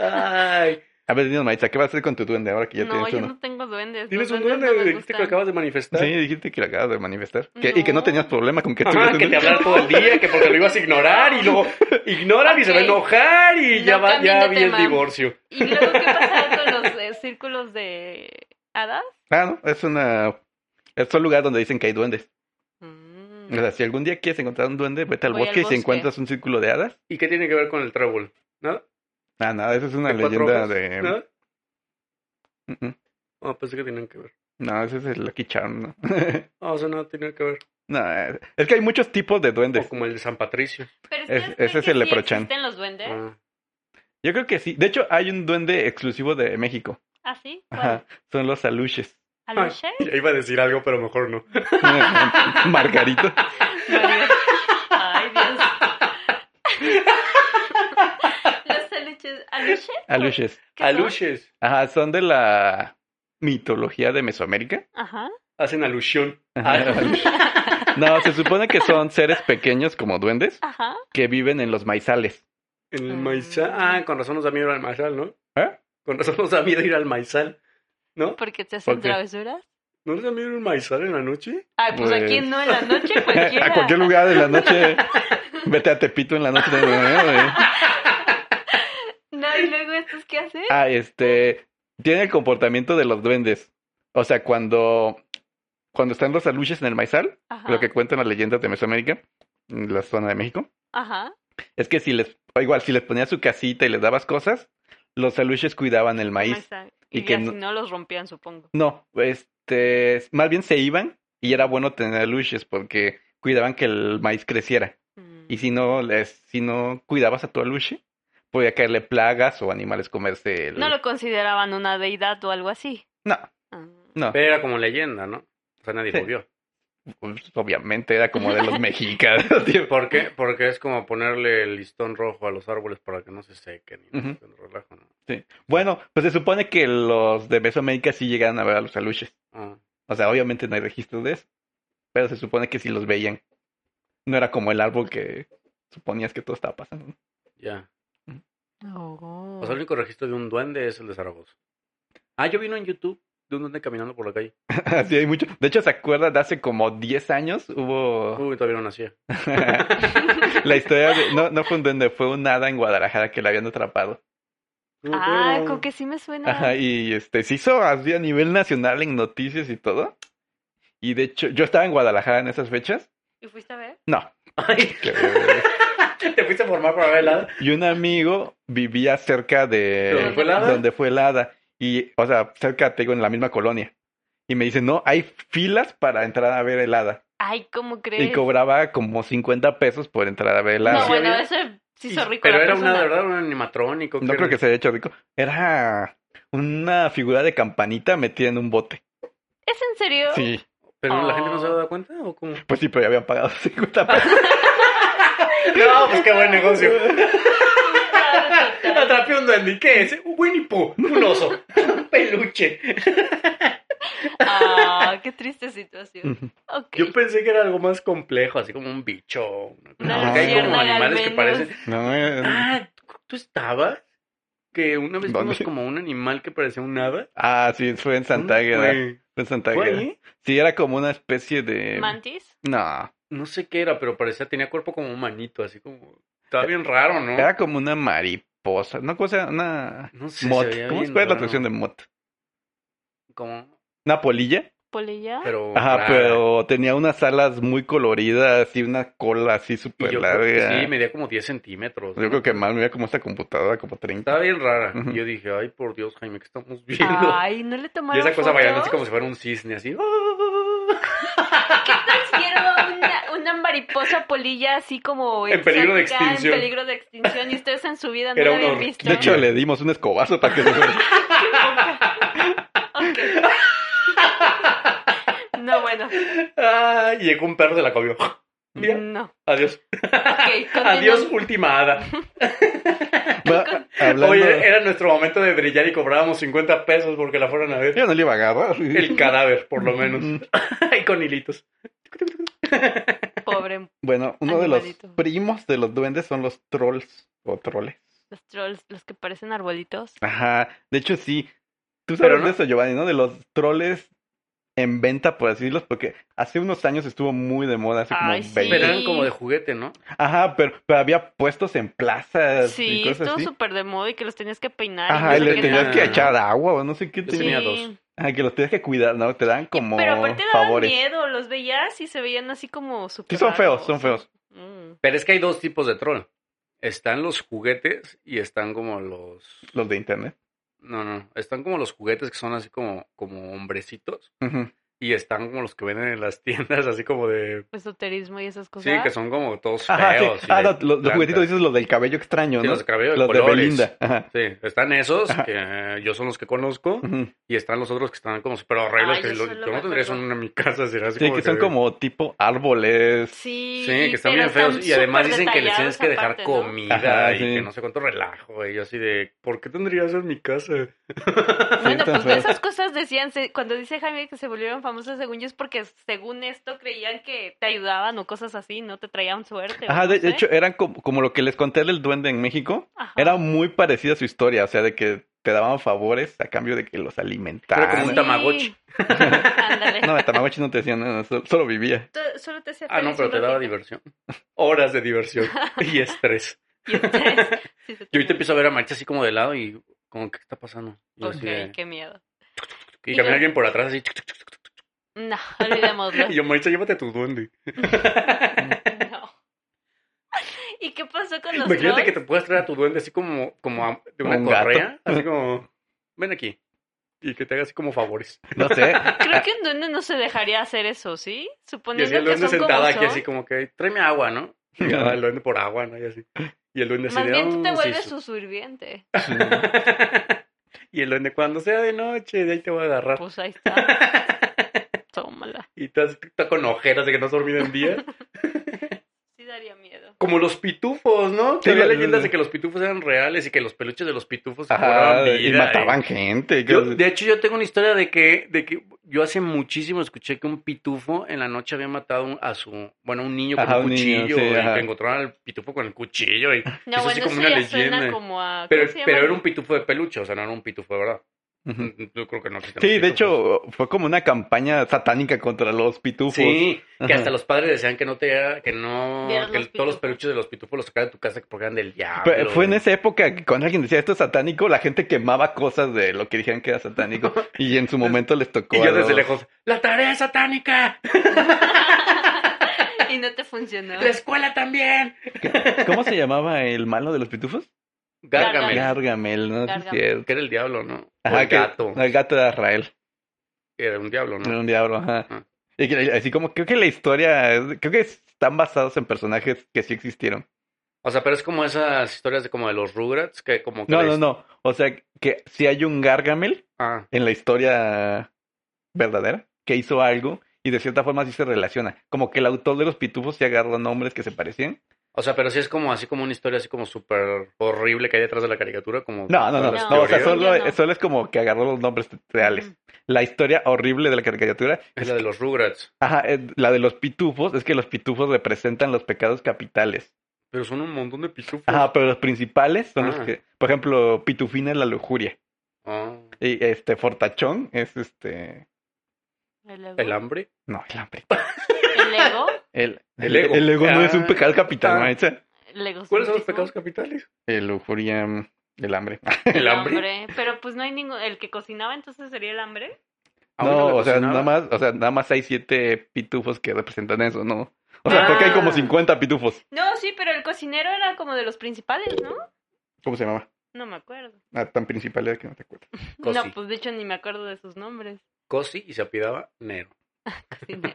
Speaker 3: Ay,
Speaker 1: A ver, dinos, Maritza, ¿qué vas a hacer con tu duende ahora que ya
Speaker 2: No,
Speaker 1: tienes
Speaker 2: yo
Speaker 1: uno?
Speaker 2: no tengo duendes.
Speaker 3: tienes
Speaker 2: los
Speaker 3: un
Speaker 2: duendes
Speaker 3: duende,
Speaker 2: no me
Speaker 3: dijiste que lo
Speaker 2: gustan.
Speaker 3: acabas de manifestar.
Speaker 1: Sí, dijiste que lo acabas de manifestar. Que- Y que no
Speaker 2: No.
Speaker 1: tenías problema con que
Speaker 3: Ajá,
Speaker 1: tuvieras
Speaker 3: que
Speaker 1: un-
Speaker 3: te hablar todo el día, que porque lo ibas a ignorar y luego ignoran y se va a
Speaker 2: Ok.
Speaker 3: enojar y ya
Speaker 2: No
Speaker 3: va,
Speaker 2: cambien
Speaker 3: ya
Speaker 2: de
Speaker 3: vi el
Speaker 2: tema.
Speaker 3: divorcio.
Speaker 2: ¿Y luego qué pasaba con los eh, círculos de hadas?
Speaker 1: Ah, no, es una. Es un lugar donde dicen que hay duendes.
Speaker 2: Mm.
Speaker 1: O sea, si algún día quieres encontrar un duende, vete al
Speaker 2: Voy al
Speaker 1: bosque, y si
Speaker 2: bosque.
Speaker 1: encuentras un círculo de hadas.
Speaker 3: ¿Y qué tiene que ver con el trébol? ¿Nada?
Speaker 1: Ah, nada, eso es una
Speaker 3: ¿De cuatro
Speaker 1: leyenda
Speaker 3: ojos?
Speaker 1: de.
Speaker 3: ¿Nada?
Speaker 1: Mm, mm.
Speaker 3: Ah, pensé que tenían que ver.
Speaker 1: No, ese es el Lucky Charm, ¿no? [laughs]
Speaker 3: Ah, o sea, nada tenía que ver.
Speaker 1: No, es- es que hay muchos tipos de
Speaker 3: O
Speaker 1: duendes.
Speaker 3: como el de San Patricio.
Speaker 2: Pero
Speaker 1: es-
Speaker 2: ustedes
Speaker 1: ese
Speaker 2: creen
Speaker 1: es
Speaker 2: que
Speaker 1: el
Speaker 2: sí
Speaker 1: leprochán.
Speaker 2: existen los duendes?
Speaker 3: Ah.
Speaker 1: Yo creo que sí. De hecho, hay un duende exclusivo de México.
Speaker 2: ¿Ah, sí? ¿Cuál?
Speaker 1: Ajá. Son los aluches. [laughs]
Speaker 2: ¿Aluche?
Speaker 3: Ya Iba a decir algo, pero mejor no.
Speaker 1: Margarito.
Speaker 2: María. Ay, Dios. los aluches. ¿Aluche?
Speaker 1: Aluches.
Speaker 2: ¿Qué son?
Speaker 3: Aluches.
Speaker 1: Ajá, son de la mitología de Mesoamérica.
Speaker 2: Ajá.
Speaker 3: Hacen alusión.
Speaker 1: Ajá,
Speaker 3: Al-
Speaker 1: aluche. [laughs] No, se supone que son seres pequeños como duendes
Speaker 2: Ajá.
Speaker 1: que viven en los maizales.
Speaker 3: En el maizal. Ah, con razón nos da miedo ir al maizal, ¿no?
Speaker 1: ¿Eh?
Speaker 3: Con razón nos da miedo ir al maizal, ¿no?
Speaker 2: Porque te hacen
Speaker 1: ¿Por qué?
Speaker 2: travesuras.
Speaker 3: ¿No les da miedo el maizal en la noche?
Speaker 2: Ay, pues, a quién no en la noche,
Speaker 1: [laughs]
Speaker 2: cualquiera.
Speaker 1: A cualquier lugar de la noche. Vete a Tepito en la noche. güey.
Speaker 2: No, y luego estos qué hacen.
Speaker 1: Ah, este. Tiene el comportamiento de los duendes. O sea, cuando. Cuando están los aluches en el maizal,
Speaker 2: Ajá.
Speaker 1: lo que cuentan las leyendas de Mesoamérica, en la zona de México,
Speaker 2: Ajá.
Speaker 1: es que si les. o Igual, si les ponías su casita y les dabas cosas, los aluches cuidaban el
Speaker 2: Ahí
Speaker 1: maíz.
Speaker 2: está.
Speaker 1: y
Speaker 2: Y,
Speaker 1: que
Speaker 2: así
Speaker 1: no-
Speaker 2: no... los rompían, supongo.
Speaker 1: No, este. Más bien se iban y era bueno tener aluches porque cuidaban que el maíz creciera.
Speaker 2: Mm.
Speaker 1: Y si no, les, si no cuidabas a tu aluche, podía caerle plagas o animales comerse el...
Speaker 2: No lo consideraban una deidad o algo así.
Speaker 1: No,
Speaker 2: Ah.
Speaker 1: no.
Speaker 3: Pero era como leyenda, ¿no? O sea, nadie
Speaker 1: Sí.
Speaker 3: lo vio.
Speaker 1: Pues, obviamente era como de
Speaker 2: [laughs]
Speaker 1: los mexicanos, tío.
Speaker 3: ¿Por qué? Porque es como ponerle el listón rojo a los árboles para que no se sequen. Y no
Speaker 1: Ujú.
Speaker 3: se relajo, ¿no?
Speaker 1: Bueno, pues se supone que los de Mesoamérica sí llegaron a ver a los aluches.
Speaker 3: Ah,
Speaker 1: O sea, obviamente no hay registro de eso. Pero se supone que sí los veían. No era como el árbol que suponías que todo estaba pasando. [laughs] ¿no?
Speaker 3: ya.
Speaker 2: Oh.
Speaker 3: O sea, el único registro de un duende es el de Zaragoza. Ah, yo vi uno en YouTube de un duende caminando por la calle.
Speaker 1: Así hay mucho. De hecho, ¿se acuerdan? De hace como 10 años hubo
Speaker 3: Uy, todavía no nacía.
Speaker 1: [laughs] la historia de... No, no fue un duende, fue un hada en Guadalajara que la habían atrapado.
Speaker 3: No me
Speaker 2: Ah,
Speaker 3: acuerdo.
Speaker 2: con que sí me suena.
Speaker 1: Ajá, y este se hizo así a nivel nacional en noticias y todo. Y de hecho, yo estaba en Guadalajara en esas fechas.
Speaker 2: ¿Y fuiste a ver?
Speaker 1: No.
Speaker 3: [laughs] Ay,
Speaker 1: que- eh,
Speaker 3: te fuiste a formar para ver la...
Speaker 1: y un amigo vivía cerca de
Speaker 3: ¿Dónde fue el hada?
Speaker 1: donde fue el hada. Y, o sea, cerca, te digo, en la misma colonia. Y me dice, no, hay filas para entrar a ver el hada.
Speaker 2: Ay, ¿cómo crees?
Speaker 1: Y cobraba como 50 pesos por entrar a ver el
Speaker 2: No,
Speaker 1: hada.
Speaker 3: Sí,
Speaker 2: bueno,
Speaker 3: había-
Speaker 2: eso sí hizo
Speaker 3: Y-
Speaker 2: rico.
Speaker 3: Pero
Speaker 2: la
Speaker 3: era una,
Speaker 2: persona.
Speaker 3: de verdad, un animatrónico.
Speaker 1: No creo que se haya hecho rico. Era una figura de campanita metida en un bote.
Speaker 2: ¿Es en serio?
Speaker 1: Sí.
Speaker 3: ¿Pero la gente no
Speaker 2: Oh.
Speaker 3: se había dado cuenta o
Speaker 2: [laughs]
Speaker 3: cómo?
Speaker 1: Pues sí, pero ya habían pagado [laughs] 50 pesos.
Speaker 3: [laughs] No, pues qué
Speaker 2: [laughs]
Speaker 3: buen negocio.
Speaker 2: Total.
Speaker 3: Atrapé un duende. ¿Qué es? Un Winnie Pooh. Un oso. [laughs] Un peluche.
Speaker 2: [laughs] Ah, qué triste situación.
Speaker 1: Ujú.
Speaker 2: Ok.
Speaker 3: Yo pensé que era algo más complejo, así como un bicho. una cosa.
Speaker 1: No,
Speaker 3: Porque hay como
Speaker 1: luciérnaga,
Speaker 3: animales
Speaker 2: al
Speaker 3: que
Speaker 2: menos.
Speaker 3: parecen.
Speaker 1: No, eh,
Speaker 3: Ah, ¿tú estabas? Que una vez
Speaker 1: ¿Dónde?
Speaker 3: vimos como un animal que parecía un hada.
Speaker 1: Ah, sí, fue en Santa
Speaker 3: ¿Dónde
Speaker 1: Águeda.
Speaker 3: fue?
Speaker 1: Fue en Santa
Speaker 3: Mm, ¿Fue
Speaker 1: Águeda.
Speaker 3: ahí?
Speaker 1: Sí, era como una especie de.
Speaker 2: ¿Mantis?
Speaker 1: No.
Speaker 3: No sé qué era, pero parecía, tenía cuerpo como humanito, así como. Estaba bien raro, ¿no?
Speaker 1: Era como una mariposa. No, cosa, una.
Speaker 3: No sé.
Speaker 1: mot.
Speaker 3: se veía
Speaker 1: ¿Cómo
Speaker 3: bien
Speaker 1: es cuál es la
Speaker 3: raro.
Speaker 1: traducción de mot?
Speaker 3: Como.
Speaker 1: Una polilla.
Speaker 2: ¿Polilla?
Speaker 3: Pero.
Speaker 1: Ajá,
Speaker 3: rara.
Speaker 1: pero tenía unas alas muy coloridas y una cola así
Speaker 3: Y
Speaker 1: súper
Speaker 3: yo creo que
Speaker 1: pues, larga.
Speaker 3: sí, medía como 10 centímetros.
Speaker 1: Yo creo que más me veía como esta computadora, como 30.
Speaker 3: Estaba bien rara.
Speaker 1: Ujú.
Speaker 3: Y yo dije, ay, por Dios, Jaime, ¿qué estamos viendo?
Speaker 2: Ay, no le
Speaker 3: y
Speaker 2: tomaron
Speaker 3: esa cosa
Speaker 2: foto?
Speaker 3: bailando así como si fuera un cisne, así. "Ah".
Speaker 2: Quiero una, una mariposa polilla así como
Speaker 3: En peligro de
Speaker 2: exótica,
Speaker 3: extinción.
Speaker 2: En peligro de extinción. Y ustedes en su vida no la
Speaker 3: Era una
Speaker 2: habían
Speaker 3: orquídea.
Speaker 2: visto.
Speaker 1: De hecho, le dimos un escobazo para que se fuera.
Speaker 3: [laughs]
Speaker 2: No, bueno.
Speaker 3: Ah, y llegó un perro de la comió. Mira,
Speaker 2: No.
Speaker 3: adiós.
Speaker 2: Ok,
Speaker 3: [laughs] Adiós,
Speaker 2: continuamos.
Speaker 3: última hada.
Speaker 1: Va, hablando-
Speaker 3: Oye, era nuestro momento de brillar y cobrábamos 50 pesos porque la fueron a ver.
Speaker 1: Yo no le iba a agarrar. Mm.
Speaker 3: El [laughs] cadáver, por lo [laughs] menos. Y con hilitos.
Speaker 2: Pobre.
Speaker 1: Bueno, uno de los
Speaker 2: Animalito.
Speaker 1: primos de los duendes son los trolls o troles.
Speaker 2: Los trolls, los que parecen arbolitos.
Speaker 1: Ajá, de hecho sí. Tú
Speaker 3: Pero
Speaker 1: sabes de
Speaker 3: no-
Speaker 1: eso, Giovanni, ¿no? De los troles en venta, por así decirlos, porque hace unos años estuvo muy de moda, hace como
Speaker 2: Ay, sí.
Speaker 1: 20.
Speaker 3: Pero eran como de juguete, ¿no?
Speaker 1: Ajá, pero, pero había puestos en plazas y
Speaker 2: Sí,
Speaker 1: cosas
Speaker 2: estuvo
Speaker 1: así.
Speaker 2: súper de moda y que los tenías que peinar.
Speaker 1: Ajá,
Speaker 2: no
Speaker 1: y
Speaker 2: sé
Speaker 1: le
Speaker 2: qué
Speaker 1: tenías
Speaker 2: tal.
Speaker 1: que echar agua o no sé qué.
Speaker 3: Yo
Speaker 1: Tenía...
Speaker 3: tenía
Speaker 2: Sí.
Speaker 3: dos.
Speaker 1: Ajá, que los tenías que cuidar, ¿no? Te dan como
Speaker 2: Pero aparte daban
Speaker 1: favores.
Speaker 2: miedo, los veías y se veían así como súper
Speaker 1: Sí, son feos,
Speaker 2: raros.
Speaker 1: son feos.
Speaker 2: Mm.
Speaker 3: Pero es que hay dos tipos de troll. Están los juguetes y están como los...
Speaker 1: Los de internet.
Speaker 3: No, no, están como los juguetes que son así como, como hombrecitos
Speaker 1: Ujú.
Speaker 3: y están como los que venden en las [laughs] tiendas así como de...
Speaker 2: Esoterismo y esas
Speaker 3: Sí,
Speaker 2: cosas.
Speaker 3: que son como todos
Speaker 1: Ajá, sí.
Speaker 3: feos. y
Speaker 1: Ah,
Speaker 3: de
Speaker 1: no, los, los
Speaker 3: plantas.
Speaker 1: juguetitos dices los del cabello extraño,
Speaker 3: Sí,
Speaker 1: ¿no?
Speaker 3: los de cabello de
Speaker 1: Los de
Speaker 3: colores.
Speaker 1: Belinda. Ajá.
Speaker 3: Sí, están esos,
Speaker 1: Ajá.
Speaker 3: que yo son los que conozco,
Speaker 1: Ujú.
Speaker 3: y están los otros que están como súper horribles,
Speaker 2: Ay,
Speaker 3: que
Speaker 2: yo
Speaker 3: lo-
Speaker 2: solo
Speaker 3: yo no
Speaker 2: me
Speaker 3: tendría eso
Speaker 2: acuerdo.
Speaker 3: en mi casa, sería así
Speaker 1: Sí, que son
Speaker 3: de-
Speaker 1: como tipo
Speaker 2: [laughs]
Speaker 1: árboles.
Speaker 2: Sí,
Speaker 3: Sí, que están
Speaker 2: pero
Speaker 3: bien feos. Y además
Speaker 2: súper
Speaker 3: dicen que les
Speaker 2: detallados
Speaker 3: tienes que dejar
Speaker 2: aparte, ¿no?
Speaker 3: comida
Speaker 1: Ajá,
Speaker 3: y
Speaker 1: sí.
Speaker 3: que no sé cuánto relajo. Y yo así de, ¿por qué tendría eso en mi casa?
Speaker 2: Bueno,
Speaker 1: están
Speaker 2: pues de
Speaker 1: feos.
Speaker 2: esas cosas decían, se- cuando dice Jaime que se volvieron famosas, según yo es porque según esto creían que te ayudaban o cosas así, ¿no? Te traían suerte. o
Speaker 1: Ajá,
Speaker 2: no
Speaker 1: de, de
Speaker 2: sé.
Speaker 1: hecho, eran como, como lo que les conté del duende en México.
Speaker 2: Ajá.
Speaker 1: Era muy parecida su historia, o sea, de que te daban favores a cambio de que los alimentaran.
Speaker 3: Era como un Tamagotchi.
Speaker 2: [laughs] Ándale.
Speaker 1: No, el Tamagotchi no te decían nada, solo, solo vivía.
Speaker 2: Tú- Solo te hacía
Speaker 3: Ah, no,
Speaker 2: feliz
Speaker 3: pero
Speaker 2: un
Speaker 3: te daba
Speaker 2: ratito.
Speaker 3: diversión. Horas de diversión
Speaker 2: [laughs]
Speaker 3: y estrés.
Speaker 2: Y
Speaker 3: [laughs]
Speaker 2: ustedes, sí, se
Speaker 3: Yo ahorita
Speaker 2: tomaban.
Speaker 3: empiezo a ver a Marcha así como de lado y como, ¿qué está pasando? Y, yo
Speaker 2: Ok,
Speaker 3: así de-
Speaker 2: qué miedo.
Speaker 3: y
Speaker 2: Y yo-
Speaker 3: camina alguien por atrás así. tuc, tuc, tuc, tuc, tuc.
Speaker 2: No, [laughs] olvidémoslo.
Speaker 3: Y yo, Marcha, llévate a tu duende.
Speaker 2: No. [laughs] ¿Y qué pasó con los
Speaker 3: Imagínate que
Speaker 2: trolls?
Speaker 3: te puedas traer a tu duende así como, como a- de una
Speaker 1: Como un gato.
Speaker 3: correa. Así como, ven aquí. Y que te haga así como favores.
Speaker 1: No [laughs] sé.
Speaker 2: Creo que un duende no se dejaría hacer eso, ¿sí?
Speaker 3: Y así
Speaker 2: Suponiendo
Speaker 3: el
Speaker 2: que
Speaker 3: duende
Speaker 2: son como
Speaker 3: sentada aquí
Speaker 2: son.
Speaker 3: así como que, tráeme agua, ¿no? Y ya,
Speaker 1: ah,
Speaker 3: el duende por agua, ¿no? Y así. Y el duende así
Speaker 2: Más
Speaker 3: de,
Speaker 2: bien tú te
Speaker 3: "Oh, sí,
Speaker 2: vuelves
Speaker 3: sí".
Speaker 2: su sirviente.
Speaker 3: [laughs] Y el duende, cuando sea de noche, de ahí te voy a agarrar.
Speaker 2: Pues ahí está. [laughs] Tómala.
Speaker 3: Y estás, está con ojeras de que no has dormido
Speaker 2: [laughs]
Speaker 3: en día.
Speaker 2: Sí daría miedo.
Speaker 3: Como los pitufos, ¿no?
Speaker 1: Sí,
Speaker 3: Que había
Speaker 1: los-
Speaker 3: leyendas de que los pitufos eran reales y que los peluches de los pitufos se
Speaker 1: Ajá,
Speaker 3: cobraban
Speaker 1: y
Speaker 3: vida,
Speaker 1: mataban
Speaker 3: eh.
Speaker 1: gente.
Speaker 3: Yo,
Speaker 1: que-
Speaker 3: de hecho, yo tengo una historia de que, de que yo hace muchísimo escuché que un pitufo en la noche había matado un- a su, bueno, un niño con
Speaker 1: Ajá,
Speaker 3: un
Speaker 1: un niño,
Speaker 3: cuchillo
Speaker 1: sí,
Speaker 3: y
Speaker 1: ajá.
Speaker 3: que encontraron al pitufo con el
Speaker 2: [laughs]
Speaker 3: cuchillo. Y,
Speaker 2: No,
Speaker 3: es así
Speaker 2: bueno,
Speaker 3: como
Speaker 2: eso
Speaker 3: una
Speaker 2: ya
Speaker 3: leyenda.
Speaker 2: suena como a...
Speaker 3: pero
Speaker 2: ¿cómo se
Speaker 3: pero
Speaker 2: llama?
Speaker 3: era un pitufo de peluche, o sea, no era un pitufo de verdad.
Speaker 1: Ujú.
Speaker 3: Yo creo que no existen
Speaker 1: Sí,
Speaker 3: los
Speaker 1: de
Speaker 3: pitufos.
Speaker 1: hecho, fue como una campaña satánica contra los pitufos.
Speaker 3: Sí, que
Speaker 1: Ajá.
Speaker 3: hasta los padres decían que no te que no
Speaker 2: Vieran
Speaker 3: que
Speaker 2: los
Speaker 3: todos
Speaker 2: pitufos.
Speaker 3: los peluches de los pitufos los sacaran de tu casa porque eran del diablo.
Speaker 1: Fue, fue en esa época que cuando alguien decía esto es satánico, la gente quemaba cosas de lo que dijeran que era
Speaker 3: [laughs]
Speaker 1: satánico y en su momento les tocó.
Speaker 3: Y
Speaker 1: a
Speaker 3: yo desde
Speaker 1: los-
Speaker 3: lejos, la tarea es satánica,
Speaker 2: Ah. Y no te funcionó.
Speaker 3: la escuela también.
Speaker 1: ¿Cómo se llamaba el malo de los pitufos?
Speaker 3: Gárgame,
Speaker 1: Gargamel,
Speaker 2: Gargamel.
Speaker 1: ¿no? Sí,
Speaker 2: Gargamel.
Speaker 1: cierto.
Speaker 3: que era el diablo, ¿no?
Speaker 1: Ajá,
Speaker 3: o el
Speaker 1: que-
Speaker 3: gato, Mm.
Speaker 1: no, el gato de Israel,
Speaker 3: que era un diablo,
Speaker 1: era
Speaker 3: ¿no?
Speaker 1: un diablo, ajá.
Speaker 3: Ajá.
Speaker 1: Y que- así como creo que la historia, es- creo que están basados en personajes que sí existieron.
Speaker 3: O sea, pero es como esas historias de como de los Rugrats que como que
Speaker 1: No,
Speaker 3: les-
Speaker 1: no, no. O sea, que si hay un Gargamel
Speaker 3: Ah,
Speaker 1: en la historia verdadera que hizo algo y de cierta forma sí se relaciona. Como que el autor de los pitufos se agarró nombres que se parecían.
Speaker 3: o sea, pero sí es como así como una historia así como súper horrible que hay detrás de la caricatura, como
Speaker 1: No, no, no.
Speaker 3: todas las
Speaker 1: no, o sea,
Speaker 3: teorías.
Speaker 1: solo,
Speaker 2: Yo no.
Speaker 1: solo es como que agarró los nombres reales.
Speaker 2: Ujú.
Speaker 1: La historia horrible de la caricatura,
Speaker 3: es la de los Rugrats,
Speaker 1: ajá, eh, la de los pitufos, es que los pitufos representan los pecados capitales.
Speaker 3: pero son un montón de pitufos.
Speaker 1: Ajá, pero los principales son
Speaker 3: Ah.
Speaker 1: los que, por ejemplo, pitufina es la lujuria.
Speaker 3: Ah,
Speaker 1: Y este fortachón es este...
Speaker 2: ¿El ego?
Speaker 3: el hambre.
Speaker 1: No, el hambre.
Speaker 2: ¿El ego?
Speaker 1: El,
Speaker 3: El ego.
Speaker 1: el ego no es un
Speaker 3: Ah.
Speaker 1: pecado capital,
Speaker 3: Ah.
Speaker 1: maestra.
Speaker 2: ¿El egocentrismo?
Speaker 3: ¿Cuáles son los pecados capitales?
Speaker 1: El lujuria, mm, el hambre. [laughs]
Speaker 3: El hambre.
Speaker 2: Pero pues no hay ningún... ¿El que cocinaba entonces sería el hambre?
Speaker 3: Aún
Speaker 1: No,
Speaker 3: le
Speaker 1: o sea,
Speaker 3: cocinaba.
Speaker 1: nada más, o sea, nada más hay siete pitufos que representan eso, ¿no? O sea, porque hay como
Speaker 3: Ah.
Speaker 1: 50 pitufos.
Speaker 2: No, sí, pero el cocinero era como de los principales, ¿no?
Speaker 1: ¿Cómo se llamaba?
Speaker 2: No me acuerdo.
Speaker 1: Ah, tan principales que no te acuerdo.
Speaker 3: Cosi.
Speaker 2: No, pues de hecho ni me acuerdo de sus
Speaker 3: [laughs]
Speaker 2: nombres.
Speaker 3: Cosi y se apidaba Nero. [laughs]
Speaker 2: Cocinero.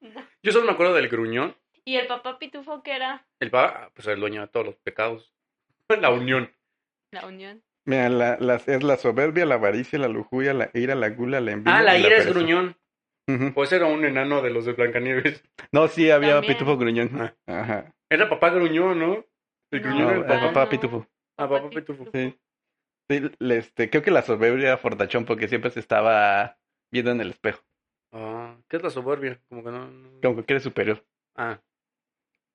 Speaker 2: No.
Speaker 3: Yo solo me acuerdo del gruñón.
Speaker 2: ¿Y el papá pitufo qué era?
Speaker 3: El papá, pues el dueño de todos los pecados. [laughs] La unión.
Speaker 2: La unión.
Speaker 1: Mira, la, las- es la soberbia, la avaricia, la lujuria, la ira, la gula, la envidia.
Speaker 3: Ah, la
Speaker 1: y
Speaker 3: ira es
Speaker 1: pereza.
Speaker 3: gruñón.
Speaker 1: Ujú.
Speaker 3: Pues era un enano de los de Blancanieves.
Speaker 1: No, sí, había
Speaker 2: También.
Speaker 1: pitufo gruñón.
Speaker 3: Ah.
Speaker 1: Ajá.
Speaker 3: Era papá gruñón, ¿no? El
Speaker 2: No,
Speaker 3: gruñón
Speaker 1: No,
Speaker 3: era
Speaker 1: el
Speaker 3: el papá.
Speaker 1: papá
Speaker 2: no.
Speaker 1: pitufo.
Speaker 3: Ah, papá pitufo.
Speaker 1: Sí. Sí, le- este, creo que la soberbia era fortachón porque siempre se estaba viendo en el espejo.
Speaker 3: Ah, ¿qué es la soberbia? Como que no. no-
Speaker 1: Como que eres superior.
Speaker 3: Ah,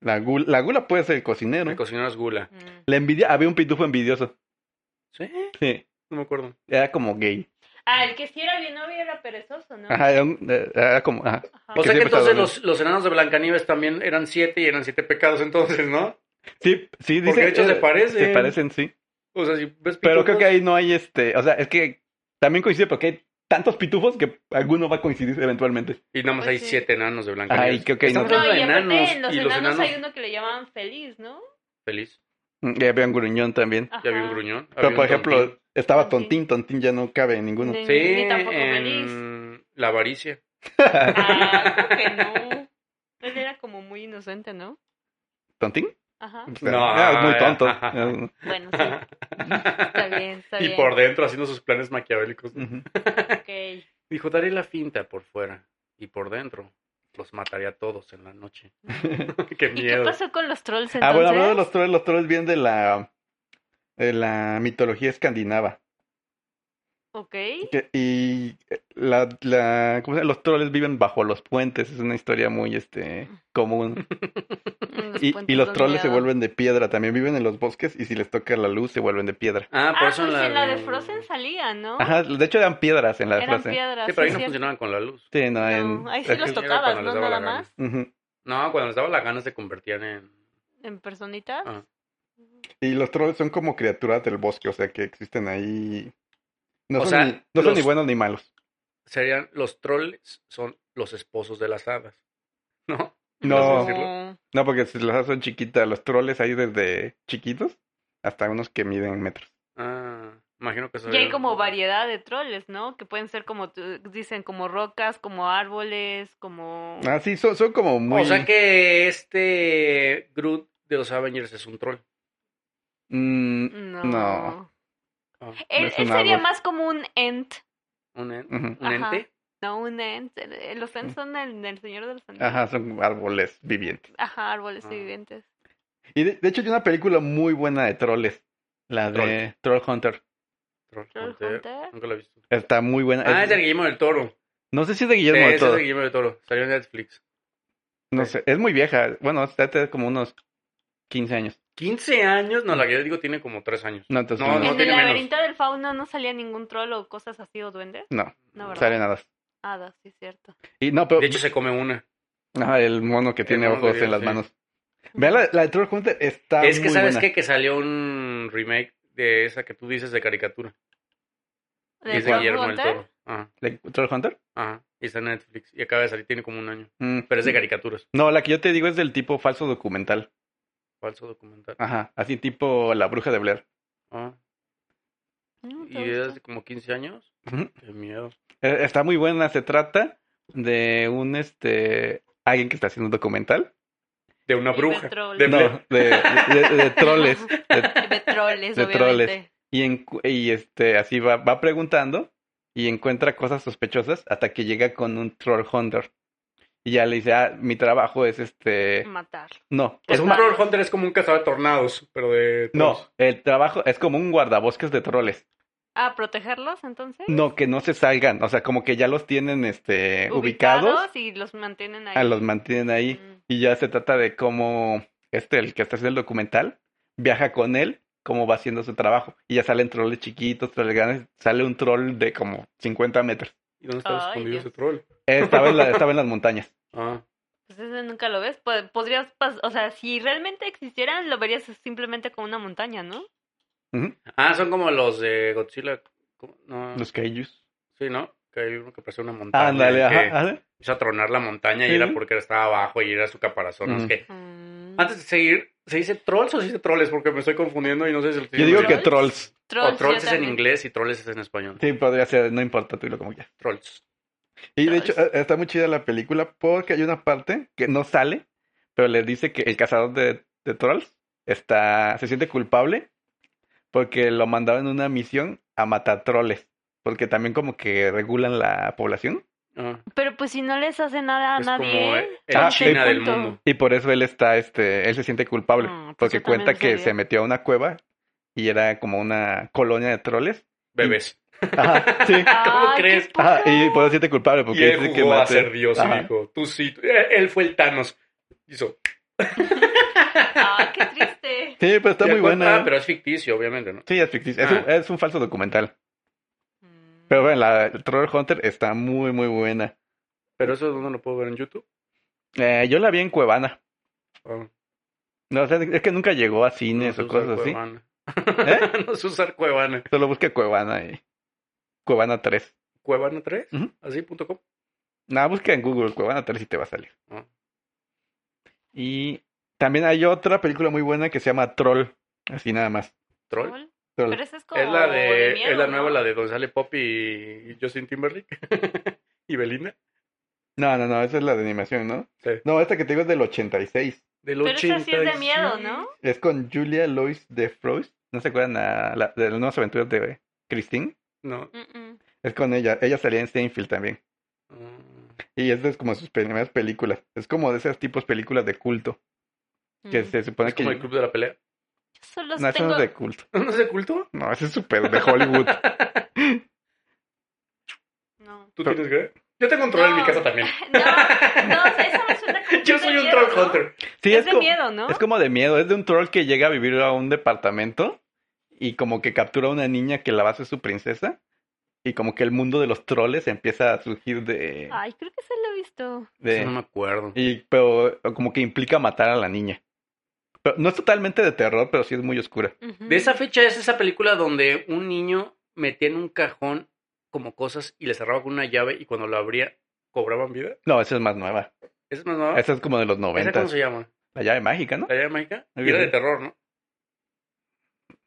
Speaker 1: La gula, la gula puede ser el cocinero.
Speaker 3: el cocinero es gula.
Speaker 2: Mm.
Speaker 1: La envidia, había un pitufo envidioso.
Speaker 3: ¿Sí?
Speaker 1: Sí.
Speaker 3: No me acuerdo.
Speaker 1: Era como gay.
Speaker 2: Ah, el que sí era bien novio era perezoso, ¿no?
Speaker 1: Ajá, era, un- eh, era como. Ajá.
Speaker 2: Ajá.
Speaker 3: O sea que
Speaker 1: siempre estaba
Speaker 3: entonces
Speaker 1: dormido.
Speaker 3: los, los enanos de Blancanieves también eran siete y eran siete pecados entonces, ¿no?
Speaker 1: Sí, sí,
Speaker 3: Porque
Speaker 1: dice.
Speaker 3: de hecho se
Speaker 1: eh,
Speaker 3: parecen.
Speaker 1: Se parecen, sí.
Speaker 3: O sea, si ves
Speaker 1: Pero creo
Speaker 3: pitufos-
Speaker 1: que ahí no hay este. O sea, es que también coincide porque hay tantos pitufos que alguno va a coincidir eventualmente.
Speaker 3: Y nada más
Speaker 2: Pues
Speaker 3: hay
Speaker 2: sí.
Speaker 3: siete enanos de blanca.
Speaker 1: Ay, creo que ahí
Speaker 3: Estamos
Speaker 1: no.
Speaker 2: No,
Speaker 3: hablando
Speaker 2: y
Speaker 3: de
Speaker 2: aparte
Speaker 3: enanos.
Speaker 2: en los
Speaker 3: y los
Speaker 2: enanos
Speaker 3: enanos
Speaker 2: hay uno que le llaman feliz, ¿no?
Speaker 3: feliz.
Speaker 1: Mm, Y había un gruñón también.
Speaker 2: Ajá.
Speaker 3: Ya vi un gruñón.
Speaker 1: Pero
Speaker 3: había
Speaker 1: por
Speaker 3: un
Speaker 1: ejemplo,
Speaker 3: tontín.
Speaker 1: estaba
Speaker 2: Tontín.
Speaker 1: tontín, tontín ya no cabe en ninguno.
Speaker 2: Ni,
Speaker 3: Sí,
Speaker 2: ni tampoco
Speaker 3: [laughs]
Speaker 2: feliz.
Speaker 3: en la avaricia.
Speaker 2: Ah, ¿cómo que no. Él era como muy inocente, ¿no?
Speaker 1: ¿Tontín?
Speaker 2: Ajá.
Speaker 3: No.
Speaker 1: Ah, es muy tonto.
Speaker 3: [laughs]
Speaker 2: Bueno, sí, está bien, está
Speaker 3: y
Speaker 2: bien.
Speaker 3: por dentro haciendo sus planes maquiavélicos.
Speaker 1: Ujú.
Speaker 3: [laughs]
Speaker 2: Ok.
Speaker 3: Dijo, daré la finta por fuera y por dentro. Los mataré a todos en la noche. [laughs] Qué
Speaker 2: Mm. ¿Y qué
Speaker 3: miedo.
Speaker 2: pasó con los trolls entonces?
Speaker 1: Ah, bueno, hablando de los trolls, los trolls vienen de la. de la mitología escandinava.
Speaker 2: Ok.
Speaker 1: Que- y eh, la, la- ¿cómo se llama? los troles viven bajo los puentes, es una historia muy este común.
Speaker 2: [laughs] Los
Speaker 1: Y, y
Speaker 2: puentes
Speaker 1: los
Speaker 2: son
Speaker 1: troles se
Speaker 2: miedo.
Speaker 1: vuelven de piedra, también viven en los bosques y si les toca la luz se vuelven de piedra.
Speaker 3: Ah,
Speaker 2: Ah,
Speaker 3: por
Speaker 2: pues
Speaker 3: eso en la,
Speaker 2: en la de Frozen salía, ¿no?
Speaker 1: Ajá, de hecho eran piedras en la
Speaker 2: Eran
Speaker 1: frase.
Speaker 2: piedras.
Speaker 3: Sí, pero ahí
Speaker 2: sí,
Speaker 3: no
Speaker 2: cierto.
Speaker 3: funcionaban con la luz.
Speaker 1: Sí, no, en-
Speaker 2: No, ahí sí
Speaker 1: es
Speaker 2: los
Speaker 1: que-
Speaker 3: to- Era
Speaker 2: tocabas,
Speaker 3: cuando
Speaker 2: ¿no?
Speaker 3: les daba
Speaker 2: Nada
Speaker 3: la gana.
Speaker 2: más.
Speaker 1: Ujú.
Speaker 3: No, cuando les daba la gana se convertían en...
Speaker 2: En personitas.
Speaker 3: Ah.
Speaker 1: Y los trolls son como criaturas del bosque, o sea que existen ahí. No,
Speaker 3: O
Speaker 1: son,
Speaker 3: sea,
Speaker 1: ni, no son ni
Speaker 3: los-
Speaker 1: buenos ni malos.
Speaker 3: Serían los trolls son los esposos de las hadas. ¿No?
Speaker 1: No.
Speaker 3: decirlo?
Speaker 1: No, porque si las hadas son chiquitas, los troles hay desde chiquitos hasta unos que miden metros.
Speaker 3: Ah, imagino que eso
Speaker 2: Y hay
Speaker 3: sería-
Speaker 2: como variedad de troles, ¿no? Que pueden ser como, tú- dicen, como rocas, como árboles, como...
Speaker 1: Ah, sí, son, son como muy.
Speaker 3: O sea que este Groot de los Avengers es un troll.
Speaker 1: Mm,
Speaker 2: No.
Speaker 1: no.
Speaker 3: Ah,
Speaker 2: Él,
Speaker 1: Es
Speaker 2: él
Speaker 1: un
Speaker 2: sería
Speaker 1: árbol.
Speaker 2: más como un ent,
Speaker 3: un, en-
Speaker 1: ujú.
Speaker 3: un
Speaker 2: Ajá.
Speaker 3: ente.
Speaker 2: no un ent. Eh, Los ents son el, el Señor de los Anillos.
Speaker 1: Mm. Ajá, son árboles vivientes.
Speaker 2: Ajá, árboles
Speaker 3: Ah.
Speaker 2: vivientes.
Speaker 1: Y de, de hecho hay una película muy buena de troles. La de Troll Hunter.
Speaker 3: Troll
Speaker 2: Troll
Speaker 3: Hunter.
Speaker 2: Hunter.
Speaker 3: Nunca lo he visto.
Speaker 1: Está muy buena. Es-
Speaker 3: Ah, es de Guillermo del Toro.
Speaker 1: No sé si es de
Speaker 3: Sí,
Speaker 1: Eh, Guillermo del
Speaker 3: ese es
Speaker 1: Toro.
Speaker 3: de Guillermo del Toro. Salió en Netflix.
Speaker 1: No sé, es muy vieja. Bueno, está tiene como unos 15 años.
Speaker 3: 15 años. No, la que yo digo tiene como 3 años.
Speaker 1: No, entonces
Speaker 3: No,
Speaker 1: no,
Speaker 3: no
Speaker 2: en el
Speaker 3: tiene menos.
Speaker 2: laberinto del fauno no salía ningún troll o cosas así o duendes.
Speaker 1: no,
Speaker 2: No, ¿verdad?
Speaker 1: sale nada.
Speaker 2: Hadas, sí, cierto.
Speaker 1: Y no, pero
Speaker 3: De hecho, se come una.
Speaker 1: Ajá, el mono que
Speaker 3: El
Speaker 1: tiene
Speaker 3: mono que
Speaker 1: ojos
Speaker 3: tiene,
Speaker 1: en las
Speaker 3: sí.
Speaker 1: manos. Vean la, la de Troll Hunter, está
Speaker 3: es que,
Speaker 1: muy
Speaker 3: ¿sabes
Speaker 1: buena.
Speaker 3: qué? Que salió un remake de esa que tú dices de caricatura.
Speaker 2: ¿De
Speaker 3: Y es de
Speaker 2: Troll
Speaker 3: Guillermo del
Speaker 2: Hunter?
Speaker 3: Toro. Ajá,
Speaker 1: ¿La de ¿Troll Hunter?
Speaker 3: ajá. Y está en Netflix. Y acaba de salir, tiene como un año.
Speaker 1: Mm.
Speaker 3: Pero es de caricaturas.
Speaker 1: No, la que yo te digo es del tipo falso documental.
Speaker 3: Falso documental.
Speaker 1: Ajá, así tipo La Bruja de Blair.
Speaker 3: Ah,
Speaker 2: No, ¿te
Speaker 3: y es
Speaker 2: gusta?
Speaker 3: hace como 15 años.
Speaker 1: Ujú.
Speaker 3: Qué miedo.
Speaker 1: Eh, Está muy buena, se trata de un, este, alguien que está haciendo un documental.
Speaker 3: De una
Speaker 2: Y de
Speaker 3: bruja.
Speaker 2: troll.
Speaker 3: De
Speaker 1: No, de, de- de troles. De-
Speaker 2: De
Speaker 1: [laughs]
Speaker 2: troles,
Speaker 1: De
Speaker 2: obviamente.
Speaker 1: troles. y, encu- y este, así va, va preguntando y encuentra cosas sospechosas hasta que llega con un Troll Hunter. Y ya le dice, ah, mi trabajo es este...
Speaker 2: Matar.
Speaker 1: No,
Speaker 3: Es
Speaker 1: es
Speaker 3: un
Speaker 1: ma-
Speaker 3: troll hunter es como un cazador de tornados, pero de...
Speaker 1: No,
Speaker 3: trolls.
Speaker 1: el trabajo es como un guardabosques de troles.
Speaker 2: Ah, ¿protegerlos entonces?
Speaker 1: No, que no se salgan. O sea, como que ya los tienen este, ubicados,
Speaker 2: Y los mantienen ahí.
Speaker 1: a los mantienen ahí.
Speaker 2: Mm.
Speaker 1: Y ya se trata de cómo este, el que está haciendo el documental, viaja con él, cómo va haciendo su trabajo. Y ya salen troles chiquitos, troles grandes. Sale un troll de como 50 metros. Eh,
Speaker 3: ¿Y dónde estaba
Speaker 2: Ay,
Speaker 3: escondido
Speaker 2: Dios.
Speaker 3: ese troll?
Speaker 1: Estaba en, la- estaba en las montañas.
Speaker 3: Ah,
Speaker 2: Pues ese nunca lo ves. po- Podrías, pas- o sea, si realmente existieran, lo verías simplemente como una montaña, ¿no?
Speaker 1: Ujú.
Speaker 3: Ah, son como los de Godzilla. ¿Cómo? No.
Speaker 1: Los Kaijus.
Speaker 3: Sí, ¿no? Que hay uno que parecía una montaña.
Speaker 1: Ándale,
Speaker 3: y que
Speaker 1: ajá, ajá.
Speaker 3: Hizo a tronar la montaña y
Speaker 1: Sí.
Speaker 3: era porque estaba abajo y era su caparazón.
Speaker 1: Ujú.
Speaker 3: Es que
Speaker 2: Mm.
Speaker 3: antes de seguir, ¿se dice trolls o se dice troles? Porque me estoy confundiendo y no sé si lo estoy
Speaker 1: Yo digo que
Speaker 3: diciendo
Speaker 1: trolls.
Speaker 3: bien.
Speaker 2: Trolls,
Speaker 3: O trolls
Speaker 2: yo
Speaker 3: es en
Speaker 2: también.
Speaker 3: inglés y troles es en español.
Speaker 1: Sí, podría ser, no importa, tú lo como quieras.
Speaker 3: Trolls.
Speaker 1: Y de
Speaker 2: Ay,
Speaker 1: hecho,
Speaker 2: sí.
Speaker 1: eh, está muy chida la película porque hay una parte que no sale, pero le dice que el cazador de, de trolls está, se siente culpable porque lo mandaron en una misión a matar troles. Porque también como que regulan la población.
Speaker 3: Ah,
Speaker 2: Pero pues si no les hace nada a
Speaker 3: es como
Speaker 2: nadie.
Speaker 3: el
Speaker 1: Ah,
Speaker 3: China
Speaker 1: sí,
Speaker 3: del
Speaker 2: punto.
Speaker 3: mundo.
Speaker 1: Y por eso él está, este, él se siente culpable.
Speaker 2: Ah, pues
Speaker 1: porque
Speaker 2: yo también
Speaker 1: cuenta
Speaker 2: lo
Speaker 1: que
Speaker 2: sabía.
Speaker 1: [laughs] se metió a una cueva y era como una colonia de
Speaker 2: [laughs]
Speaker 1: troles.
Speaker 3: Bebés.
Speaker 1: Ajá, sí.
Speaker 3: ¿Cómo
Speaker 2: Ay, qué
Speaker 3: crees?
Speaker 2: poca-
Speaker 1: Ajá, Ah, y por eso se siente culpable porque
Speaker 3: Y él
Speaker 1: dice
Speaker 3: jugó
Speaker 1: que
Speaker 3: a
Speaker 1: maté-
Speaker 3: ser Dios
Speaker 1: Ajá.
Speaker 3: y dijo, tú sí. tú- eh, Él fue el Thanos. Hizo.
Speaker 1: pues
Speaker 2: Ay, qué triste.
Speaker 1: Sí, pero está
Speaker 3: Ya
Speaker 1: muy
Speaker 3: cuenta-
Speaker 1: buena.
Speaker 3: Ah, pero es ficticio, obviamente, ¿no?
Speaker 1: Sí, es ficticio. Es,
Speaker 3: Ah.
Speaker 1: un, es un falso documental. [laughs]
Speaker 2: Mm.
Speaker 1: Pero bueno, la Troll Hunter está muy, muy buena.
Speaker 3: Pero eso no lo puedo ver en YouTube.
Speaker 1: Eh, yo la vi en Cuevana.
Speaker 3: Ah,
Speaker 1: No, o sea, es que nunca llegó a
Speaker 3: no
Speaker 1: cines
Speaker 3: sé
Speaker 1: o
Speaker 3: usar
Speaker 1: cosas así.
Speaker 3: Cuevana.
Speaker 1: ¿Eh?
Speaker 3: [laughs] no sé usar Cuevana.
Speaker 1: Solo busca Cuevana y Cuevana 3.
Speaker 3: Cuevana 3,
Speaker 1: Ujú.
Speaker 3: así punto com.
Speaker 1: Nada, busca en Google Cuevana 3 y te va a salir.
Speaker 3: Ah.
Speaker 1: Y también hay otra película muy buena que se llama Troll. Así nada más.
Speaker 3: Troll.
Speaker 1: Troll.
Speaker 2: Pero esa es como.
Speaker 3: Es la de,
Speaker 2: miedo,
Speaker 3: es la
Speaker 2: ¿no?
Speaker 3: nueva, la de Don Sale Pop y y Justin Timberlake [laughs] y Belinda.
Speaker 1: No, no, no, esa es la de animación, ¿no?
Speaker 3: Sí.
Speaker 1: No, esta que te digo es del 86.
Speaker 3: Del
Speaker 2: Pero esa sí es de
Speaker 3: 86.
Speaker 2: miedo, ¿no?
Speaker 1: Es con Julia Lois de Frost. ¿No se acuerdan a la- de las nuevas aventuras de Christine?
Speaker 3: No.
Speaker 2: Mm, mm.
Speaker 1: Es con ella. Ella salía en Steinfield también.
Speaker 3: Mm.
Speaker 1: Y esta es como sus primeras películas. Es como de esas tipos películas de culto. Que
Speaker 2: Mm.
Speaker 1: se supone
Speaker 3: Es como
Speaker 1: Ah, que.
Speaker 3: el club de la pelea. [laughs]
Speaker 2: Yo solo
Speaker 1: No, eso
Speaker 2: tengo.
Speaker 1: no es de culto.
Speaker 3: ¿No es de culto?
Speaker 2: [laughs]
Speaker 1: No, ese es súper de Hollywood.
Speaker 3: ¿Tú
Speaker 1: Pero-
Speaker 3: tienes Greg? Yo tengo un troll en
Speaker 2: No.
Speaker 3: mi casa también.
Speaker 2: [laughs] No, [laughs] no, eso me suena como
Speaker 3: [laughs] Yo
Speaker 2: de
Speaker 3: soy un
Speaker 2: miedo,
Speaker 3: troll
Speaker 2: ¿no?
Speaker 3: hunter.
Speaker 1: Sí,
Speaker 2: es, de
Speaker 1: co-
Speaker 2: miedo, ¿no?
Speaker 1: Es como de miedo, es de un troll que llega a vivir a un departamento y como que captura a una niña que la va a hacer su princesa y como que el mundo de los troles empieza a surgir de...
Speaker 2: Ay, creo que se lo he visto.
Speaker 1: de-
Speaker 3: Eso no me acuerdo.
Speaker 1: y pero como que implica matar a la niña. Pero no es totalmente de terror, pero sí es muy oscura.
Speaker 2: Ujú.
Speaker 3: De esa fecha es esa película donde un niño metía en un cajón como cosas y le cerraba con una llave y cuando lo abría cobraban vida.
Speaker 1: No, esa es más nueva.
Speaker 3: ¿Esa es más nueva?
Speaker 1: Esa es como de los
Speaker 3: Ah. ¿Esa cómo
Speaker 1: noventas.
Speaker 3: se llama?
Speaker 1: La llave mágica, ¿no?
Speaker 3: ¿La llave mágica?
Speaker 1: Muy
Speaker 3: Y era de
Speaker 1: bien.
Speaker 3: terror, ¿no?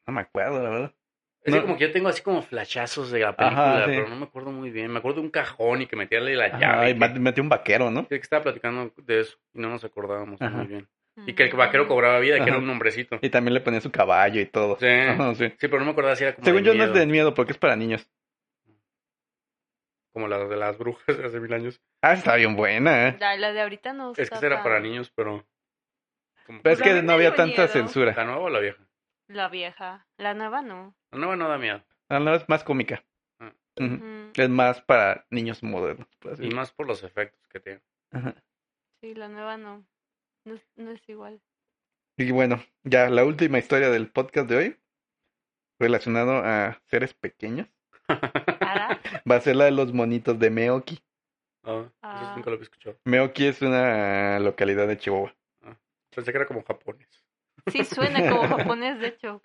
Speaker 1: No me acuerdo, la verdad.
Speaker 3: Es que
Speaker 1: No.
Speaker 3: como que yo tengo así como flashazos de la película,
Speaker 1: sí.
Speaker 3: pero no me acuerdo muy bien. Me acuerdo de un cajón y que metíale la llave.
Speaker 1: Ay,
Speaker 3: y que-
Speaker 1: mat- metió un vaquero, ¿no?
Speaker 3: que estaba platicando de eso y no nos acordábamos
Speaker 1: Ajá.
Speaker 3: muy bien. Y
Speaker 2: Mm.
Speaker 3: que el vaquero cobraba vida, que
Speaker 1: Ajá.
Speaker 3: era un hombrecito.
Speaker 1: Y también le ponía su caballo y todo.
Speaker 3: Sí.
Speaker 1: Ajá, sí.
Speaker 3: Sí, pero no me acordaba si era como.
Speaker 1: Según
Speaker 3: de
Speaker 1: yo no es de
Speaker 3: miedo,
Speaker 1: miedo porque es para niños.
Speaker 3: Como las de las brujas de hace mil años.
Speaker 1: Ah, está bien buena, ¿eh?
Speaker 2: La, la de ahorita no.
Speaker 3: Es que esa era para niños, pero. como-
Speaker 1: Pero es
Speaker 2: Pues a
Speaker 1: que
Speaker 2: mí
Speaker 1: no
Speaker 2: me
Speaker 1: había
Speaker 2: dio
Speaker 1: tanta
Speaker 2: miedo.
Speaker 1: censura.
Speaker 3: ¿La nueva o la vieja?
Speaker 2: La vieja. La nueva no.
Speaker 3: La nueva no da miedo.
Speaker 1: La nueva es más cómica.
Speaker 3: Ah.
Speaker 1: Ujú.
Speaker 2: Ujú.
Speaker 1: Es más para niños modernos. por así
Speaker 3: Y más por los efectos que tiene.
Speaker 1: decirlo. Ajá.
Speaker 2: Sí, la nueva no. No, es- no es igual.
Speaker 1: Y bueno, ya la última historia del podcast de hoy, relacionado a seres pequeños,
Speaker 2: ¿Ara?
Speaker 1: va a ser la de los monitos de Meoki.
Speaker 3: Ah,
Speaker 2: Ah.
Speaker 3: Eso nunca lo había escuchado.
Speaker 1: Meoki es una localidad de Chihuahua.
Speaker 3: Pensé que era como japonés.
Speaker 2: Sí, suena como
Speaker 3: [laughs]
Speaker 2: japonés, de hecho.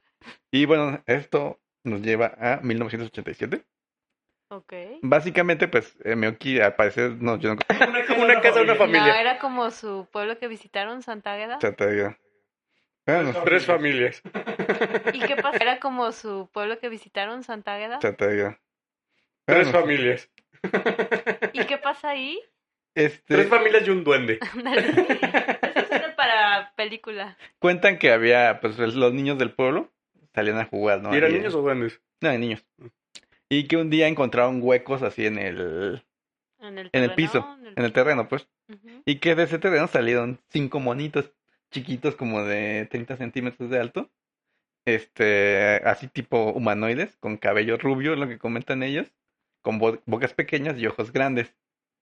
Speaker 1: Y bueno, esto nos lleva a 1987.
Speaker 2: Ok.
Speaker 1: Básicamente, pues, eh, Meoki al parecer, no, yo no
Speaker 3: una casa, una
Speaker 2: No,
Speaker 3: familia.
Speaker 2: era como su pueblo que visitaron, Santa Águeda.
Speaker 1: trataría. Bueno,
Speaker 3: Tres familias.
Speaker 2: ¿Y qué pasa? Era como su pueblo que visitaron, Santa Águeda.
Speaker 1: trataría.
Speaker 3: Tres
Speaker 1: Bueno,
Speaker 3: familias.
Speaker 2: ¿Y qué pasa ahí? [laughs]
Speaker 1: este,
Speaker 3: Tres familias y un duende. [laughs]
Speaker 2: Ándale. Eso suena para película.
Speaker 1: cuentan que había, pues, los niños del pueblo salían a jugar, ¿no?
Speaker 3: ¿Y eran
Speaker 1: Ahí,
Speaker 3: niños o Mm. duendes?
Speaker 1: No, de niños. Y que un día encontraron huecos así en el,
Speaker 2: En el,
Speaker 1: en el
Speaker 2: terreno,
Speaker 1: piso, en el terreno, pues.
Speaker 2: Ujú.
Speaker 1: Y que de ese terreno salieron cinco monitos chiquitos como de 30 centímetros de alto. Este, así tipo humanoides, con cabello rubio, es lo que comentan ellos, con bo- bocas pequeñas y ojos grandes,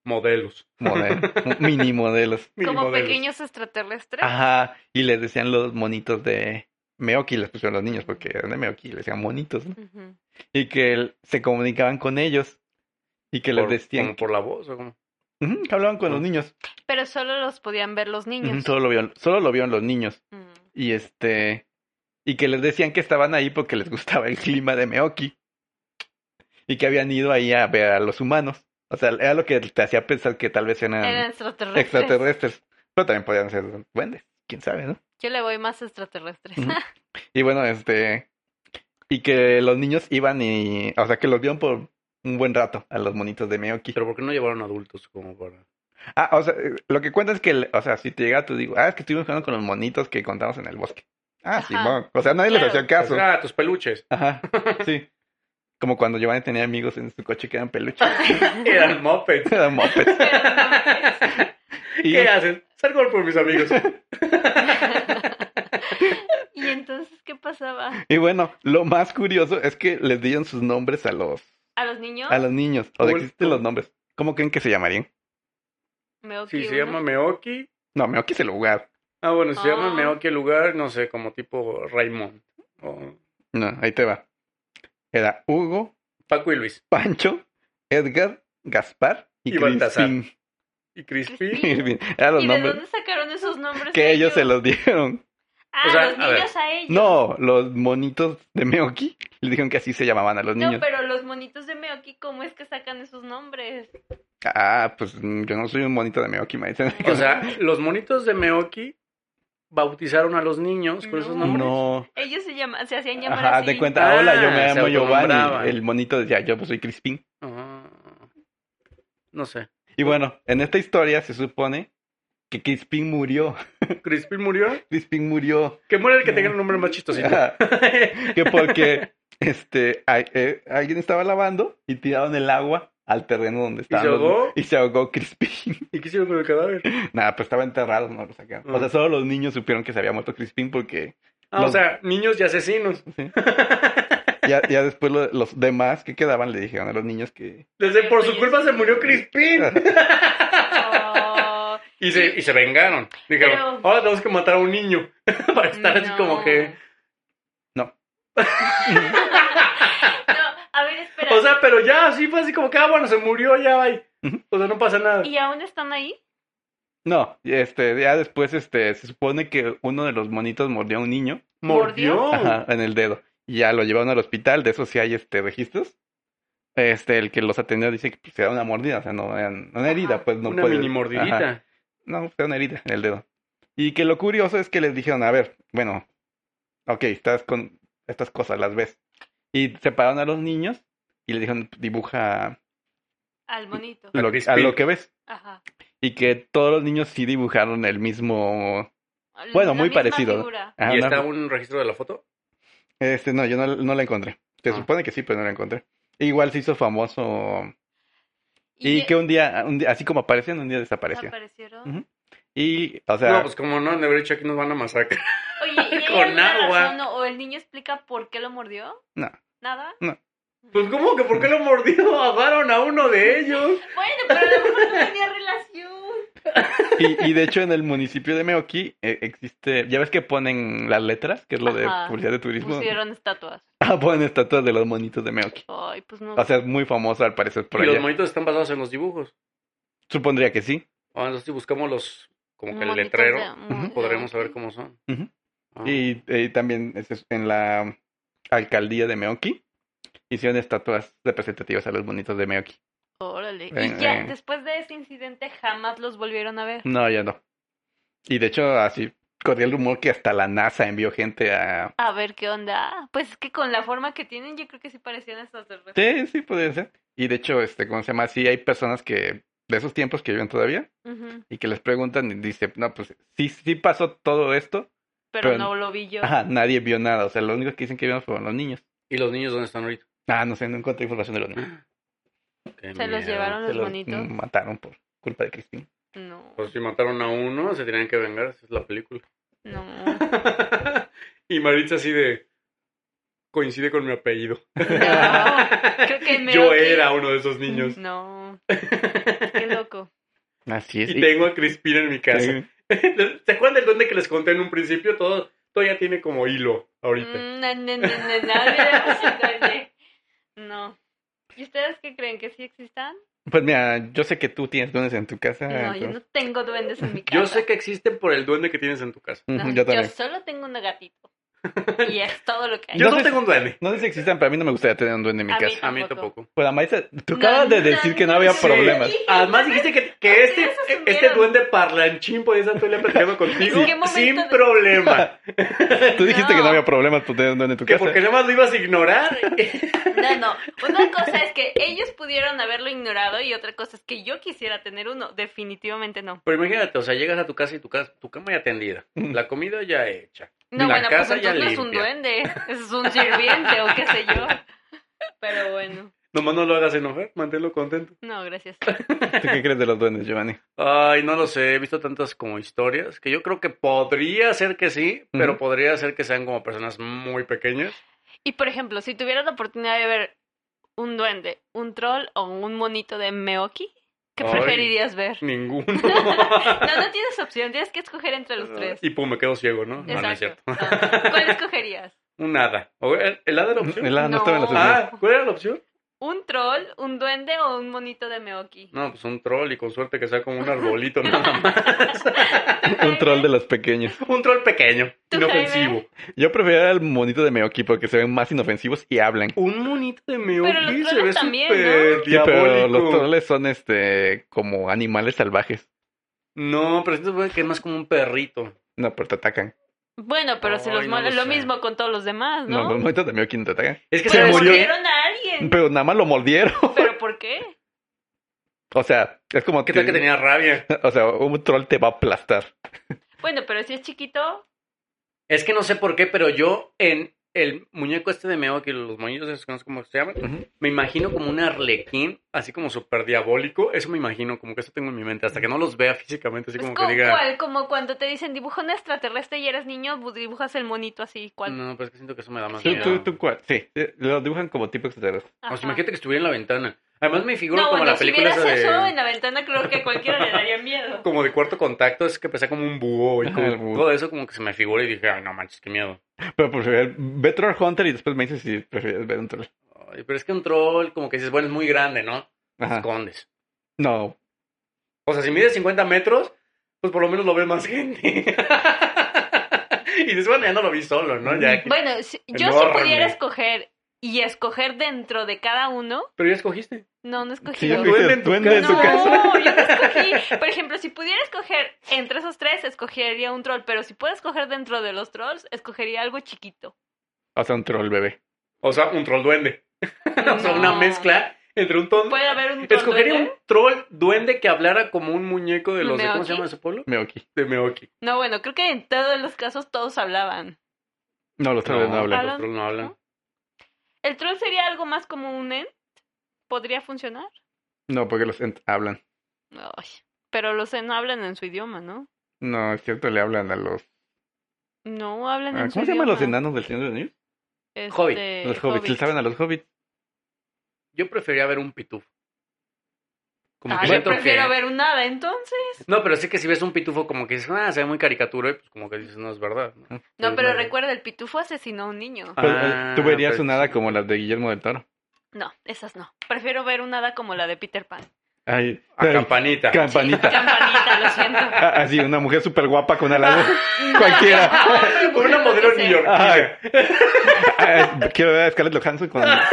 Speaker 3: Modelos.
Speaker 1: model- mini
Speaker 2: [laughs]
Speaker 1: modelos.
Speaker 3: Mini
Speaker 2: Como
Speaker 3: modelos.
Speaker 2: pequeños extraterrestres.
Speaker 1: Ajá, y les decían los monitos de Meoki, les pusieron los niños porque eran de Meoki, les decían monitos, ¿no?
Speaker 2: Ujú.
Speaker 1: Y que el- se comunicaban con ellos y que les
Speaker 3: Por-
Speaker 1: decían
Speaker 3: ¿Como por la voz o como?
Speaker 1: Ujú, que hablaban con los
Speaker 3: Ah.
Speaker 1: niños.
Speaker 2: Pero solo los podían ver los
Speaker 1: Ujú,
Speaker 2: niños.
Speaker 1: solo, lo vieron, solo lo vieron los niños.
Speaker 2: Mm.
Speaker 1: Y este. Y que les decían que estaban ahí porque les gustaba el clima de Meoki. Y que habían ido ahí a ver a los humanos. O sea, era lo que te hacía pensar que tal vez eran
Speaker 2: Eran extraterrestres.
Speaker 1: extraterrestres. Pero también podían ser duendes. Quién sabe, ¿no?
Speaker 2: Yo le voy más extraterrestres.
Speaker 1: Ujú. Y bueno, este. Y que los niños iban y. O sea, que los vieron por un buen rato a los monitos de Meoki.
Speaker 3: Pero ¿por qué no llevaron adultos como para...?
Speaker 1: Ah, o sea, eh, lo que cuenta es que, el- o sea, si te llega, tú digo, ah, es que estuvimos jugando con los monitos que encontramos en el bosque. Ah,
Speaker 2: Ajá.
Speaker 1: Simón. O sea, nadie les
Speaker 2: Claro.
Speaker 1: hacía caso.
Speaker 3: Ah,
Speaker 2: [laughs]
Speaker 3: tus peluches. [laughs]
Speaker 1: Ajá, sí. Como cuando Giovanni tenía amigos en su coche que eran
Speaker 2: [laughs]
Speaker 1: peluches.
Speaker 3: Eran mopeds.
Speaker 1: Eran mopeds. Y,
Speaker 3: ¿Qué haces? Salgo por
Speaker 2: [laughs]
Speaker 3: mis amigos.
Speaker 2: [laughs] ¿Y entonces qué pasaba?
Speaker 1: y bueno, lo más curioso es que les dieron sus nombres a los,
Speaker 2: ¿A los niños?
Speaker 1: a los niños. O sea,
Speaker 3: Cool.
Speaker 1: existen los nombres. ¿Cómo creen que se llamarían?
Speaker 2: Meoki
Speaker 3: Si se
Speaker 2: uno.
Speaker 3: llama Meoki...
Speaker 1: No, me es el lugar.
Speaker 3: Ah, bueno, si se llama
Speaker 2: Ah.
Speaker 3: Meoki el lugar, no sé, como tipo Raymond. O
Speaker 1: No, ahí te va. Era Hugo,
Speaker 3: Paco y Luis.
Speaker 1: Pancho, Edgar, Gaspar y,
Speaker 3: Y Baltasar.
Speaker 1: [laughs] Crispín.
Speaker 3: Y Crispy.
Speaker 1: Irving. Eran los
Speaker 2: ¿Y de
Speaker 1: nombres
Speaker 2: dónde sacaron esos nombres?
Speaker 1: que ellos se los
Speaker 2: [laughs]
Speaker 1: dieron.
Speaker 2: Ah,
Speaker 3: O sea,
Speaker 2: los
Speaker 3: a ver.
Speaker 2: niños a, ellos.
Speaker 1: No, los monitos de Meoki le dijeron que así se llamaban a los
Speaker 2: No,
Speaker 1: niños.
Speaker 2: pero los monitos de Meoki, ¿cómo es que sacan esos nombres?
Speaker 1: Ah, pues mm, yo no soy un monito de Meoki, me
Speaker 2: [laughs]
Speaker 1: dicen.
Speaker 3: O sea, los monitos de Meoki bautizaron a los niños con esos
Speaker 2: No.
Speaker 3: nombres.
Speaker 1: [laughs] no.
Speaker 2: Ellos se llaman, se hacían llamar
Speaker 1: Ajá,
Speaker 2: así.
Speaker 1: de cuenta, hola, yo me
Speaker 3: Ah, se
Speaker 1: llamo Giovanni.
Speaker 3: autonombraban.
Speaker 1: El monito decía, yo pues, soy Crispín.
Speaker 3: Ah, no sé.
Speaker 1: Y bueno, en esta historia se supone que Crispín murió. [laughs]
Speaker 3: ¿Crispy murió?
Speaker 1: Crispín murió.
Speaker 3: Que muera el que tenga un nombre más chistosito.
Speaker 1: Ajá, que porque este a- eh, alguien estaba lavando y tiraron el agua al terreno donde estaba.
Speaker 3: ahogó?
Speaker 1: Y se ahogó Crispín.
Speaker 3: [laughs]
Speaker 1: [laughs]
Speaker 3: ¿Y qué hicieron con el cadáver?
Speaker 1: Nada, pues estaba enterrado, no lo sacaron. O sea,
Speaker 3: Ah.
Speaker 1: solo los niños supieron que se había muerto Crispín porque
Speaker 3: Ah, o
Speaker 1: Los- [laughs]
Speaker 3: sea, niños y asesinos.
Speaker 1: Sí. Ya, ya después lo- los demás que quedaban le dijeron a los niños que...
Speaker 3: Desde por su culpa se murió Crispin. [laughs]
Speaker 2: Oh,
Speaker 3: y, se, y se vengaron. Dijeron,
Speaker 2: Pero-
Speaker 3: ahora tenemos que matar a un niño. [laughs] para estar así
Speaker 2: no.
Speaker 3: como que. [laughs]
Speaker 2: No, a ver, espera.
Speaker 3: O sea, pero ya, sí fue así como que, ah, bueno, se murió, ya, bye.
Speaker 1: Ujú.
Speaker 3: O sea, no pasa nada.
Speaker 2: ¿Y aún están ahí?
Speaker 1: [laughs] No, este, ya después este, se supone que uno de los monitos mordió a un niño
Speaker 3: Mordió.
Speaker 1: ajá, en el dedo. Y ya lo llevaron al hospital, de eso sí hay este, registros. Este, el que los atendió dice que pues, era una mordida, o sea, no era una herida,
Speaker 2: Ajá.
Speaker 1: pues no
Speaker 3: Una
Speaker 1: puede-
Speaker 3: mini mordidita.
Speaker 1: ajá. No, fue una herida en el dedo. Y que lo curioso es que les dijeron, a ver, bueno, ok, estás con estas cosas, las ves. Y separaron a los niños y le dijeron, dibuja
Speaker 2: Al bonito.
Speaker 1: lo- a
Speaker 3: Crispin.
Speaker 1: lo que ves.
Speaker 2: Ajá.
Speaker 1: Y que todos los niños sí dibujaron el mismo... Bueno, muy
Speaker 2: misma
Speaker 1: parecido, ¿no?
Speaker 2: figura.
Speaker 1: Ah,
Speaker 3: ¿Y
Speaker 1: una-
Speaker 3: está un registro de la foto?
Speaker 1: Este, no, yo no, no la encontré. Se
Speaker 3: Ah.
Speaker 1: supone que sí, pero no la encontré. Igual se hizo famoso. Y,
Speaker 2: ya-
Speaker 1: que un día, un día- así como aparecían, un día desapareció.
Speaker 2: desaparecieron.
Speaker 1: Ujú. Y, o sea,
Speaker 3: no, pues como no, han de haber dicho aquí nos van a masacrar. [laughs]
Speaker 2: Oye, ¿y hay
Speaker 3: Con
Speaker 2: alguna
Speaker 3: agua.
Speaker 2: razón o- o el niño explica por qué lo mordió?
Speaker 1: no.
Speaker 2: ¿Nada?
Speaker 1: No.
Speaker 3: Pues, ¿cómo que por qué lo mordió? [laughs] Agarraron a uno de ellos.
Speaker 2: Bueno, pero a lo mejor no
Speaker 1: [laughs]
Speaker 2: tenía relación.
Speaker 1: Y, y de hecho, en el municipio de Meoki eh, existe, ya ves que ponen las letras, que es lo de
Speaker 2: Ajá.
Speaker 1: publicidad de turismo.
Speaker 2: Pusieron estatuas.
Speaker 1: Ah, ponen estatuas de los monitos de Meoki.
Speaker 2: Ay, pues no.
Speaker 1: O sea, es muy famoso al parecer por
Speaker 3: y los
Speaker 1: allá.
Speaker 3: monitos están basados en los dibujos.
Speaker 1: Supondría que sí.
Speaker 3: Ah, entonces si buscamos los, como que el
Speaker 2: Monitos de- ah,
Speaker 3: letrero,
Speaker 2: mu-
Speaker 3: podremos
Speaker 2: de-
Speaker 3: saber cómo son.
Speaker 1: Ujú.
Speaker 3: Ah.
Speaker 1: Y, eh, también es- es en la alcaldía de Meoki hicieron estatuas representativas a los monitos de Meoki.
Speaker 2: Órale.
Speaker 1: Eh,
Speaker 2: Y ya,
Speaker 1: eh.
Speaker 2: después de ese incidente, jamás los volvieron a ver.
Speaker 1: No, ya no. Y de hecho, así corría el rumor que hasta la NASA envió gente a...
Speaker 2: A ver qué onda. Pues es que con la forma que tienen, yo creo que sí parecían extraterrestres.
Speaker 1: Sí, sí, podría ser. Y de hecho, este, ¿cómo se llama? Sí, hay personas que de esos tiempos que viven todavía
Speaker 2: Ujú.
Speaker 1: y que les preguntan y dicen, no, pues sí, sí pasó todo esto.
Speaker 2: Pero,
Speaker 1: Pero-
Speaker 2: no lo vi yo.
Speaker 1: Ajá, nadie vio nada. O sea, lo único que dicen que vieron fueron los niños.
Speaker 3: ¿Y los niños dónde están ahorita?
Speaker 1: Ah, no sé, no encontré información de los niños.
Speaker 3: [gasps] Qué
Speaker 2: Se los
Speaker 3: miedo.
Speaker 2: llevaron
Speaker 1: Se
Speaker 2: Ah, los
Speaker 1: los
Speaker 2: monitos.
Speaker 1: mm, mataron por culpa de Crispin.
Speaker 2: No.
Speaker 3: Pues si mataron a uno, se tenían que vengar, esa es la película.
Speaker 2: No.
Speaker 3: [laughs] y Maritza así de... Coincide con mi
Speaker 2: [laughs]
Speaker 3: apellido.
Speaker 2: creo
Speaker 3: [laughs]
Speaker 2: que me lo-
Speaker 3: Yo era uno de esos niños. [laughs]
Speaker 2: No. Qué loco.
Speaker 1: Así es.
Speaker 3: Y tengo a Crispin en mi casa.
Speaker 1: Sí.
Speaker 3: [laughs] ¿Se acuerdan del duende que les conté en un principio? Todo, todo ya tiene como hilo ahorita.
Speaker 2: Mm, No, no, no, no, no,
Speaker 3: [laughs]
Speaker 2: olvidemos el duende. pues, eh, No. ¿Y ustedes qué creen que sí existan?
Speaker 1: Pues mira, yo sé que tú tienes dones en tu casa.
Speaker 2: No, yo no
Speaker 1: Ah, entonces-
Speaker 2: tengo duendes en mi casa.
Speaker 3: Yo sé que existen por el duende que tienes en tu casa.
Speaker 2: No,
Speaker 1: Ujú, [laughs] yo
Speaker 2: yo,
Speaker 1: también.
Speaker 2: solo tengo un
Speaker 3: [laughs]
Speaker 2: gatito. Y es todo lo que hay.
Speaker 1: Yo
Speaker 3: Yo
Speaker 1: no
Speaker 3: no
Speaker 1: sé-
Speaker 3: tengo un duende.
Speaker 1: No sé si existan, pero a mí no me gustaría tener un duende en mi
Speaker 2: A mí
Speaker 1: casa.
Speaker 3: A mí
Speaker 2: Tampoco.
Speaker 3: tampoco.
Speaker 1: Pues Maisa, tú
Speaker 2: No,
Speaker 1: acabas de
Speaker 2: no,
Speaker 1: decir que no
Speaker 2: no,
Speaker 1: había
Speaker 2: sí.
Speaker 1: problemas.
Speaker 3: Además dijiste que, que este,
Speaker 2: Ustedes asumieron.
Speaker 3: este duende parlanchín podía estar todo el día
Speaker 2: [laughs]
Speaker 3: platicando contigo
Speaker 2: ¿En qué momento
Speaker 3: sin
Speaker 2: de- [laughs]
Speaker 3: problema.
Speaker 1: [laughs] Tú dijiste que no
Speaker 2: No.
Speaker 1: había problemas por tener un duende en tu
Speaker 3: Que
Speaker 1: casa.
Speaker 3: porque nada más lo ibas
Speaker 2: [laughs]
Speaker 3: a ignorar.
Speaker 2: No, no. Una cosa es que ellos pudieron haberlo ignorado y otra cosa es que yo quisiera tener uno. Definitivamente no.
Speaker 3: Pero imagínate, o sea, llegas a tu casa y tu, casa, tu cama ya tendida,
Speaker 1: Mm.
Speaker 3: la comida ya hecha.
Speaker 2: No,
Speaker 3: La
Speaker 2: bueno, pues
Speaker 3: casa ya
Speaker 2: entonces no es un
Speaker 3: limpia.
Speaker 2: duende, es un sirviente o qué sé
Speaker 3: [laughs]
Speaker 2: yo. Pero bueno,
Speaker 3: Nomás no lo hagas enojar, manténlo contento.
Speaker 2: no, gracias.
Speaker 1: ¿Tú qué crees de los duendes, Giovanni?
Speaker 3: Ay, no lo sé, he visto tantas como historias que yo creo que podría ser que sí, pero
Speaker 1: Ujú.
Speaker 3: podría ser que sean como personas muy pequeñas.
Speaker 2: Y por ejemplo, si tuvieras la oportunidad de ver un duende, un troll o un monito de Meoki, ¿qué
Speaker 3: Ay.
Speaker 2: preferirías ver?
Speaker 3: [laughs] Ninguno. [laughs]
Speaker 2: No, [laughs] no tienes opción, tienes que escoger entre los tres.
Speaker 3: y pum, me quedo ciego, ¿no? No, no es cierto.
Speaker 2: Exacto. No. ¿Cuál escogerías?
Speaker 3: Un hada. O ¿El el hada era la opción?
Speaker 1: El hada no,
Speaker 2: No.
Speaker 1: estaba en la sociedad.
Speaker 3: Ah, ¿cuál era la opción?
Speaker 2: ¿Un troll, un duende o un monito de
Speaker 3: [laughs]
Speaker 2: Meoki?
Speaker 3: No, pues un troll y con suerte que sea como un arbolito [laughs] nada más.
Speaker 1: Un troll de los pequeños.
Speaker 3: Un troll pequeño,
Speaker 2: ¿Tú,
Speaker 3: inofensivo.
Speaker 1: Yo prefería al monito de Meoki porque se ven más inofensivos y hablan.
Speaker 3: Un monito de
Speaker 2: Pero los
Speaker 3: Meoki se
Speaker 2: troles
Speaker 3: ve
Speaker 2: también,
Speaker 3: súper
Speaker 1: Sí, pero los
Speaker 3: diabólico.
Speaker 1: troles son este como animales salvajes.
Speaker 3: No, pero siento que es más como un perrito.
Speaker 1: No, pero te atacan.
Speaker 2: Bueno, pero si
Speaker 3: Ay,
Speaker 2: los
Speaker 3: no
Speaker 2: moles,
Speaker 3: lo
Speaker 2: lo
Speaker 3: sé.
Speaker 2: mismo con todos los demás,
Speaker 1: No,
Speaker 2: ¿no?
Speaker 1: los monitos de Meoki no te atacan.
Speaker 3: Es que
Speaker 2: Pero
Speaker 3: se murió.
Speaker 2: murieron a alguien.
Speaker 1: Pero nada más lo mordieron. [laughs]
Speaker 2: ¿Pero por qué?
Speaker 1: O sea, es como
Speaker 3: ¿Qué tal que tenía rabia?
Speaker 1: O sea, un troll te va a aplastar.
Speaker 2: Bueno, pero si es chiquito,
Speaker 3: Es que no sé por qué, pero yo en el muñeco este de Meo, que los moñitos, esos, no sé cómo se llaman,
Speaker 1: Ujú.
Speaker 3: me imagino como un arlequín, así como súper diabólico. Eso me imagino, como que eso tengo en mi mente. Hasta que no los vea físicamente, así
Speaker 2: Es
Speaker 3: como
Speaker 2: como,
Speaker 3: que diga.
Speaker 2: cual, pues, como cuando te dicen dibuja un extraterrestre y eres niño, bu- dibujas el monito así, cual.
Speaker 3: No, pero es que siento que eso me da más
Speaker 1: Tú,
Speaker 3: miedo.
Speaker 1: tú, tú, cuál? Sí, eh, lo dibujan como tipo extraterrestre.
Speaker 3: O sea,
Speaker 2: Ajá.
Speaker 3: Pues imagínate que estuviera en la ventana. Además me figuro
Speaker 2: no,
Speaker 3: como
Speaker 2: bueno,
Speaker 3: la
Speaker 2: si
Speaker 3: película
Speaker 2: vieras
Speaker 3: esa
Speaker 2: eso
Speaker 3: de...
Speaker 2: en la ventana, creo que a cualquiera le daría miedo.
Speaker 3: [laughs] Como de cuarto contacto, es que pensé como un búho y
Speaker 1: Ajá,
Speaker 3: como-
Speaker 1: el búho.
Speaker 3: todo eso como que se me figura y dije, ay, no manches, qué miedo.
Speaker 1: Pero prefiero ver Troll Hunter y después me dices si prefieres ver un troll.
Speaker 3: Ay, pero es que un troll, como que dices, bueno, es muy grande, ¿no? Te
Speaker 1: Ajá.
Speaker 3: Escondes.
Speaker 1: No.
Speaker 3: O sea, si mides 50 metros, pues por lo menos lo ve más gente. [laughs] y dices, bueno, ya no lo vi solo, ¿no? Ya.
Speaker 2: Bueno, si- yo si
Speaker 3: Enorme.
Speaker 2: pudiera escoger y escoger dentro de cada uno,
Speaker 3: Pero ya escogiste.
Speaker 2: no, no
Speaker 1: Sí,
Speaker 2: escogí.
Speaker 1: yo
Speaker 2: dos.
Speaker 3: Duende
Speaker 1: duende,
Speaker 3: en tu
Speaker 1: duende en
Speaker 2: no,
Speaker 1: tu casa.
Speaker 2: yo no escogí. Por ejemplo, si pudiera escoger entre esos tres, escogería un troll. Pero si puedo escoger dentro de los trolls, escogería algo chiquito.
Speaker 1: O sea, un troll bebé.
Speaker 3: O sea, un troll duende. [laughs] o sea, una
Speaker 2: No.
Speaker 3: mezcla entre un ton...
Speaker 2: Puede haber un troll.
Speaker 3: Escogería
Speaker 2: duende?
Speaker 3: un troll duende que hablara como un muñeco de los... de- ¿Cómo
Speaker 2: ¿Meoki?
Speaker 3: se llama ese pueblo?
Speaker 1: Meoki.
Speaker 3: De Meoki.
Speaker 2: No, bueno, creo que en todos los casos todos hablaban.
Speaker 1: No, los trolls no, hablan.
Speaker 2: Hablan.
Speaker 3: Los trolls no hablan.
Speaker 2: El troll sería algo más como un ent. ¿Podría funcionar?
Speaker 1: No, porque los ent hablan.
Speaker 2: Ay, pero los ent no hablan en su idioma, ¿no?
Speaker 1: No, es cierto, le hablan a los...
Speaker 2: No hablan
Speaker 1: Ah,
Speaker 2: en su
Speaker 1: ¿Cómo se
Speaker 2: idioma.
Speaker 1: llaman los enanos del Señor de los Anillos?
Speaker 2: Este,
Speaker 3: Hobbit.
Speaker 1: Los hobbits. ¿Le
Speaker 2: hobbits.
Speaker 1: saben a los hobbits?
Speaker 3: Yo prefería ver un pitufo. Como que
Speaker 2: Ay,
Speaker 3: siento
Speaker 2: Ah, prefiero
Speaker 3: que-
Speaker 2: ver un hada, entonces.
Speaker 3: No, pero sí que si ves un pitufo como que dices, ah, se ve muy caricatura y pues como que dices, no es verdad. ¿no?
Speaker 2: No,
Speaker 3: Sí,
Speaker 2: pero
Speaker 3: madre.
Speaker 2: recuerda, el pitufo asesinó a un niño.
Speaker 3: Ah,
Speaker 1: Pues, eh, Tú verías
Speaker 3: pero-
Speaker 1: una hada como las de Guillermo del Toro.
Speaker 2: No, esas no. Prefiero ver una hada como la de Peter Pan.
Speaker 1: Ay,
Speaker 3: A
Speaker 1: ay,
Speaker 3: campanita.
Speaker 1: campanita.
Speaker 2: Campanita, lo siento.
Speaker 1: Ah, Así, una mujer súper guapa con
Speaker 3: [laughs]
Speaker 1: alas. [laughs]
Speaker 2: [laughs]
Speaker 1: Cualquiera.
Speaker 3: Una modelo
Speaker 2: Yo qué sé.
Speaker 3: neoyorquina.
Speaker 1: Ah, Quiero ver a Scarlett Johansson con alas.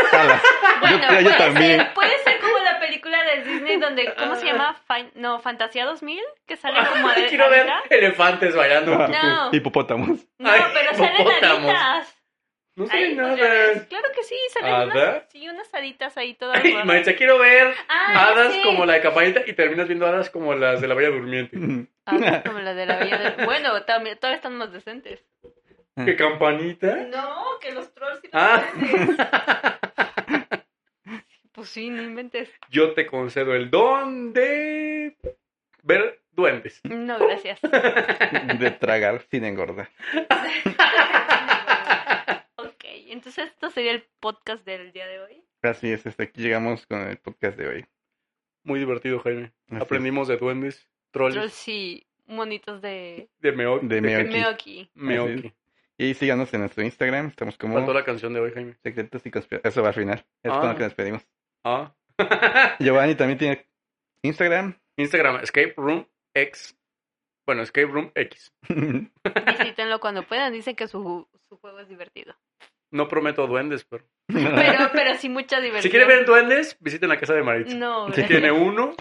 Speaker 1: Yo-
Speaker 2: Bueno,
Speaker 1: yo
Speaker 2: puede
Speaker 1: también.
Speaker 2: Ser, puede ser como la película de Disney donde, ¿cómo se llama? Fan- no, Fantasía 2000, que sale como de
Speaker 3: Quiero ver elefantes bailando. un tutú.
Speaker 2: No.
Speaker 1: Ah, Hipopótamos. [laughs]
Speaker 2: No,
Speaker 3: Ay,
Speaker 2: pero salen
Speaker 3: hipopótamos.
Speaker 2: alitas.
Speaker 3: No sé
Speaker 2: Ay,
Speaker 3: nada.
Speaker 2: podrías- Claro que sí,
Speaker 3: ¿A
Speaker 2: salen
Speaker 3: ver?
Speaker 2: unas, sí, unas haditas ahí todas.
Speaker 3: Ay,
Speaker 2: guapas.
Speaker 3: Maritza, quiero ver
Speaker 2: Ah,
Speaker 3: hadas
Speaker 2: sí.
Speaker 3: como la de campanita y terminas viendo hadas como las de la Bella Durmiente.
Speaker 1: Mm.
Speaker 3: [laughs]
Speaker 2: Hadas Ah, pues, como la de la Bella del- Bueno, también, todavía están más decentes.
Speaker 3: ¿Qué campanita?
Speaker 2: No, que los trolls sí
Speaker 3: Ah.
Speaker 2: Pues sí, no inventes.
Speaker 3: Yo te concedo el don de ver duendes.
Speaker 2: No,
Speaker 3: [laughs]
Speaker 2: gracias.
Speaker 1: De tragar sin engordar.
Speaker 2: ok, entonces esto sería el podcast del día de hoy.
Speaker 1: Así es, hasta aquí llegamos con el podcast de hoy.
Speaker 3: Muy divertido, Jaime.
Speaker 1: Así es.
Speaker 3: Aprendimos de duendes, trolls,
Speaker 2: Trolls y monitos de
Speaker 3: de Meo.
Speaker 1: De Meoki. Aquí.
Speaker 2: Meoki.
Speaker 3: Meoki.
Speaker 1: Así Y síganos en nuestro Instagram. Estamos como
Speaker 3: Faltó la canción de hoy, Jaime.
Speaker 1: secretos y conspiraciones. Eso va al final. Es
Speaker 3: Ah.
Speaker 1: con lo que nos pedimos.
Speaker 3: Ah.
Speaker 1: Giovanni también tiene Instagram.
Speaker 3: Instagram, Escape Room X. Bueno, Escape Room X.
Speaker 2: Visítenlo cuando puedan, dicen que su, su juego es
Speaker 3: [laughs]
Speaker 2: divertido.
Speaker 3: No prometo duendes, pero.
Speaker 2: Pero, pero sí mucha diversión.
Speaker 3: Si quiere ver duendes, visiten la casa de Maritza.
Speaker 2: No,
Speaker 3: Si
Speaker 2: gracias.
Speaker 3: tiene
Speaker 2: [laughs]
Speaker 3: uno.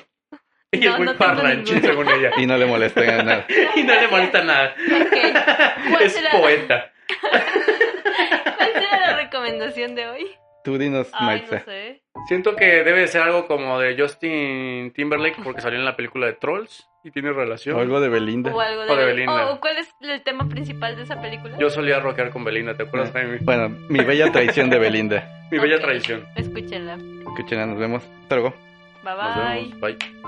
Speaker 3: Y
Speaker 2: No,
Speaker 3: es muy
Speaker 2: no tengo
Speaker 3: parlanchín,
Speaker 2: ninguno.
Speaker 3: según
Speaker 2: [laughs]
Speaker 3: ella.
Speaker 1: y no le molesta nada.
Speaker 3: [laughs] Y no le molesta nada.
Speaker 2: Ok, ¿Cuál
Speaker 3: [laughs] es
Speaker 2: será?
Speaker 3: poeta.
Speaker 2: ¿Cuál será la recomendación de hoy?
Speaker 1: Tú dinos,
Speaker 2: Ay,
Speaker 1: Maitza.
Speaker 2: no sé.
Speaker 3: Siento que debe ser algo como de Justin Timberlake, porque salió en la película de Trolls y tiene relación.
Speaker 1: O algo de Belinda.
Speaker 2: O algo de,
Speaker 3: O de
Speaker 2: Bel-
Speaker 3: Belinda.
Speaker 2: o- ¿Cuál es el tema principal de esa película?
Speaker 3: Yo solía rockear con Belinda, ¿te acuerdas,
Speaker 1: Ah.
Speaker 3: Jaime?
Speaker 1: Bueno, mi bella traición de Belinda.
Speaker 3: Mi bella
Speaker 2: Ok.
Speaker 3: tradición.
Speaker 2: Escúchenla.
Speaker 1: Escuchen, nos vemos. Hasta luego.
Speaker 2: Bye
Speaker 3: Nos
Speaker 2: bye.
Speaker 3: vemos. Bye.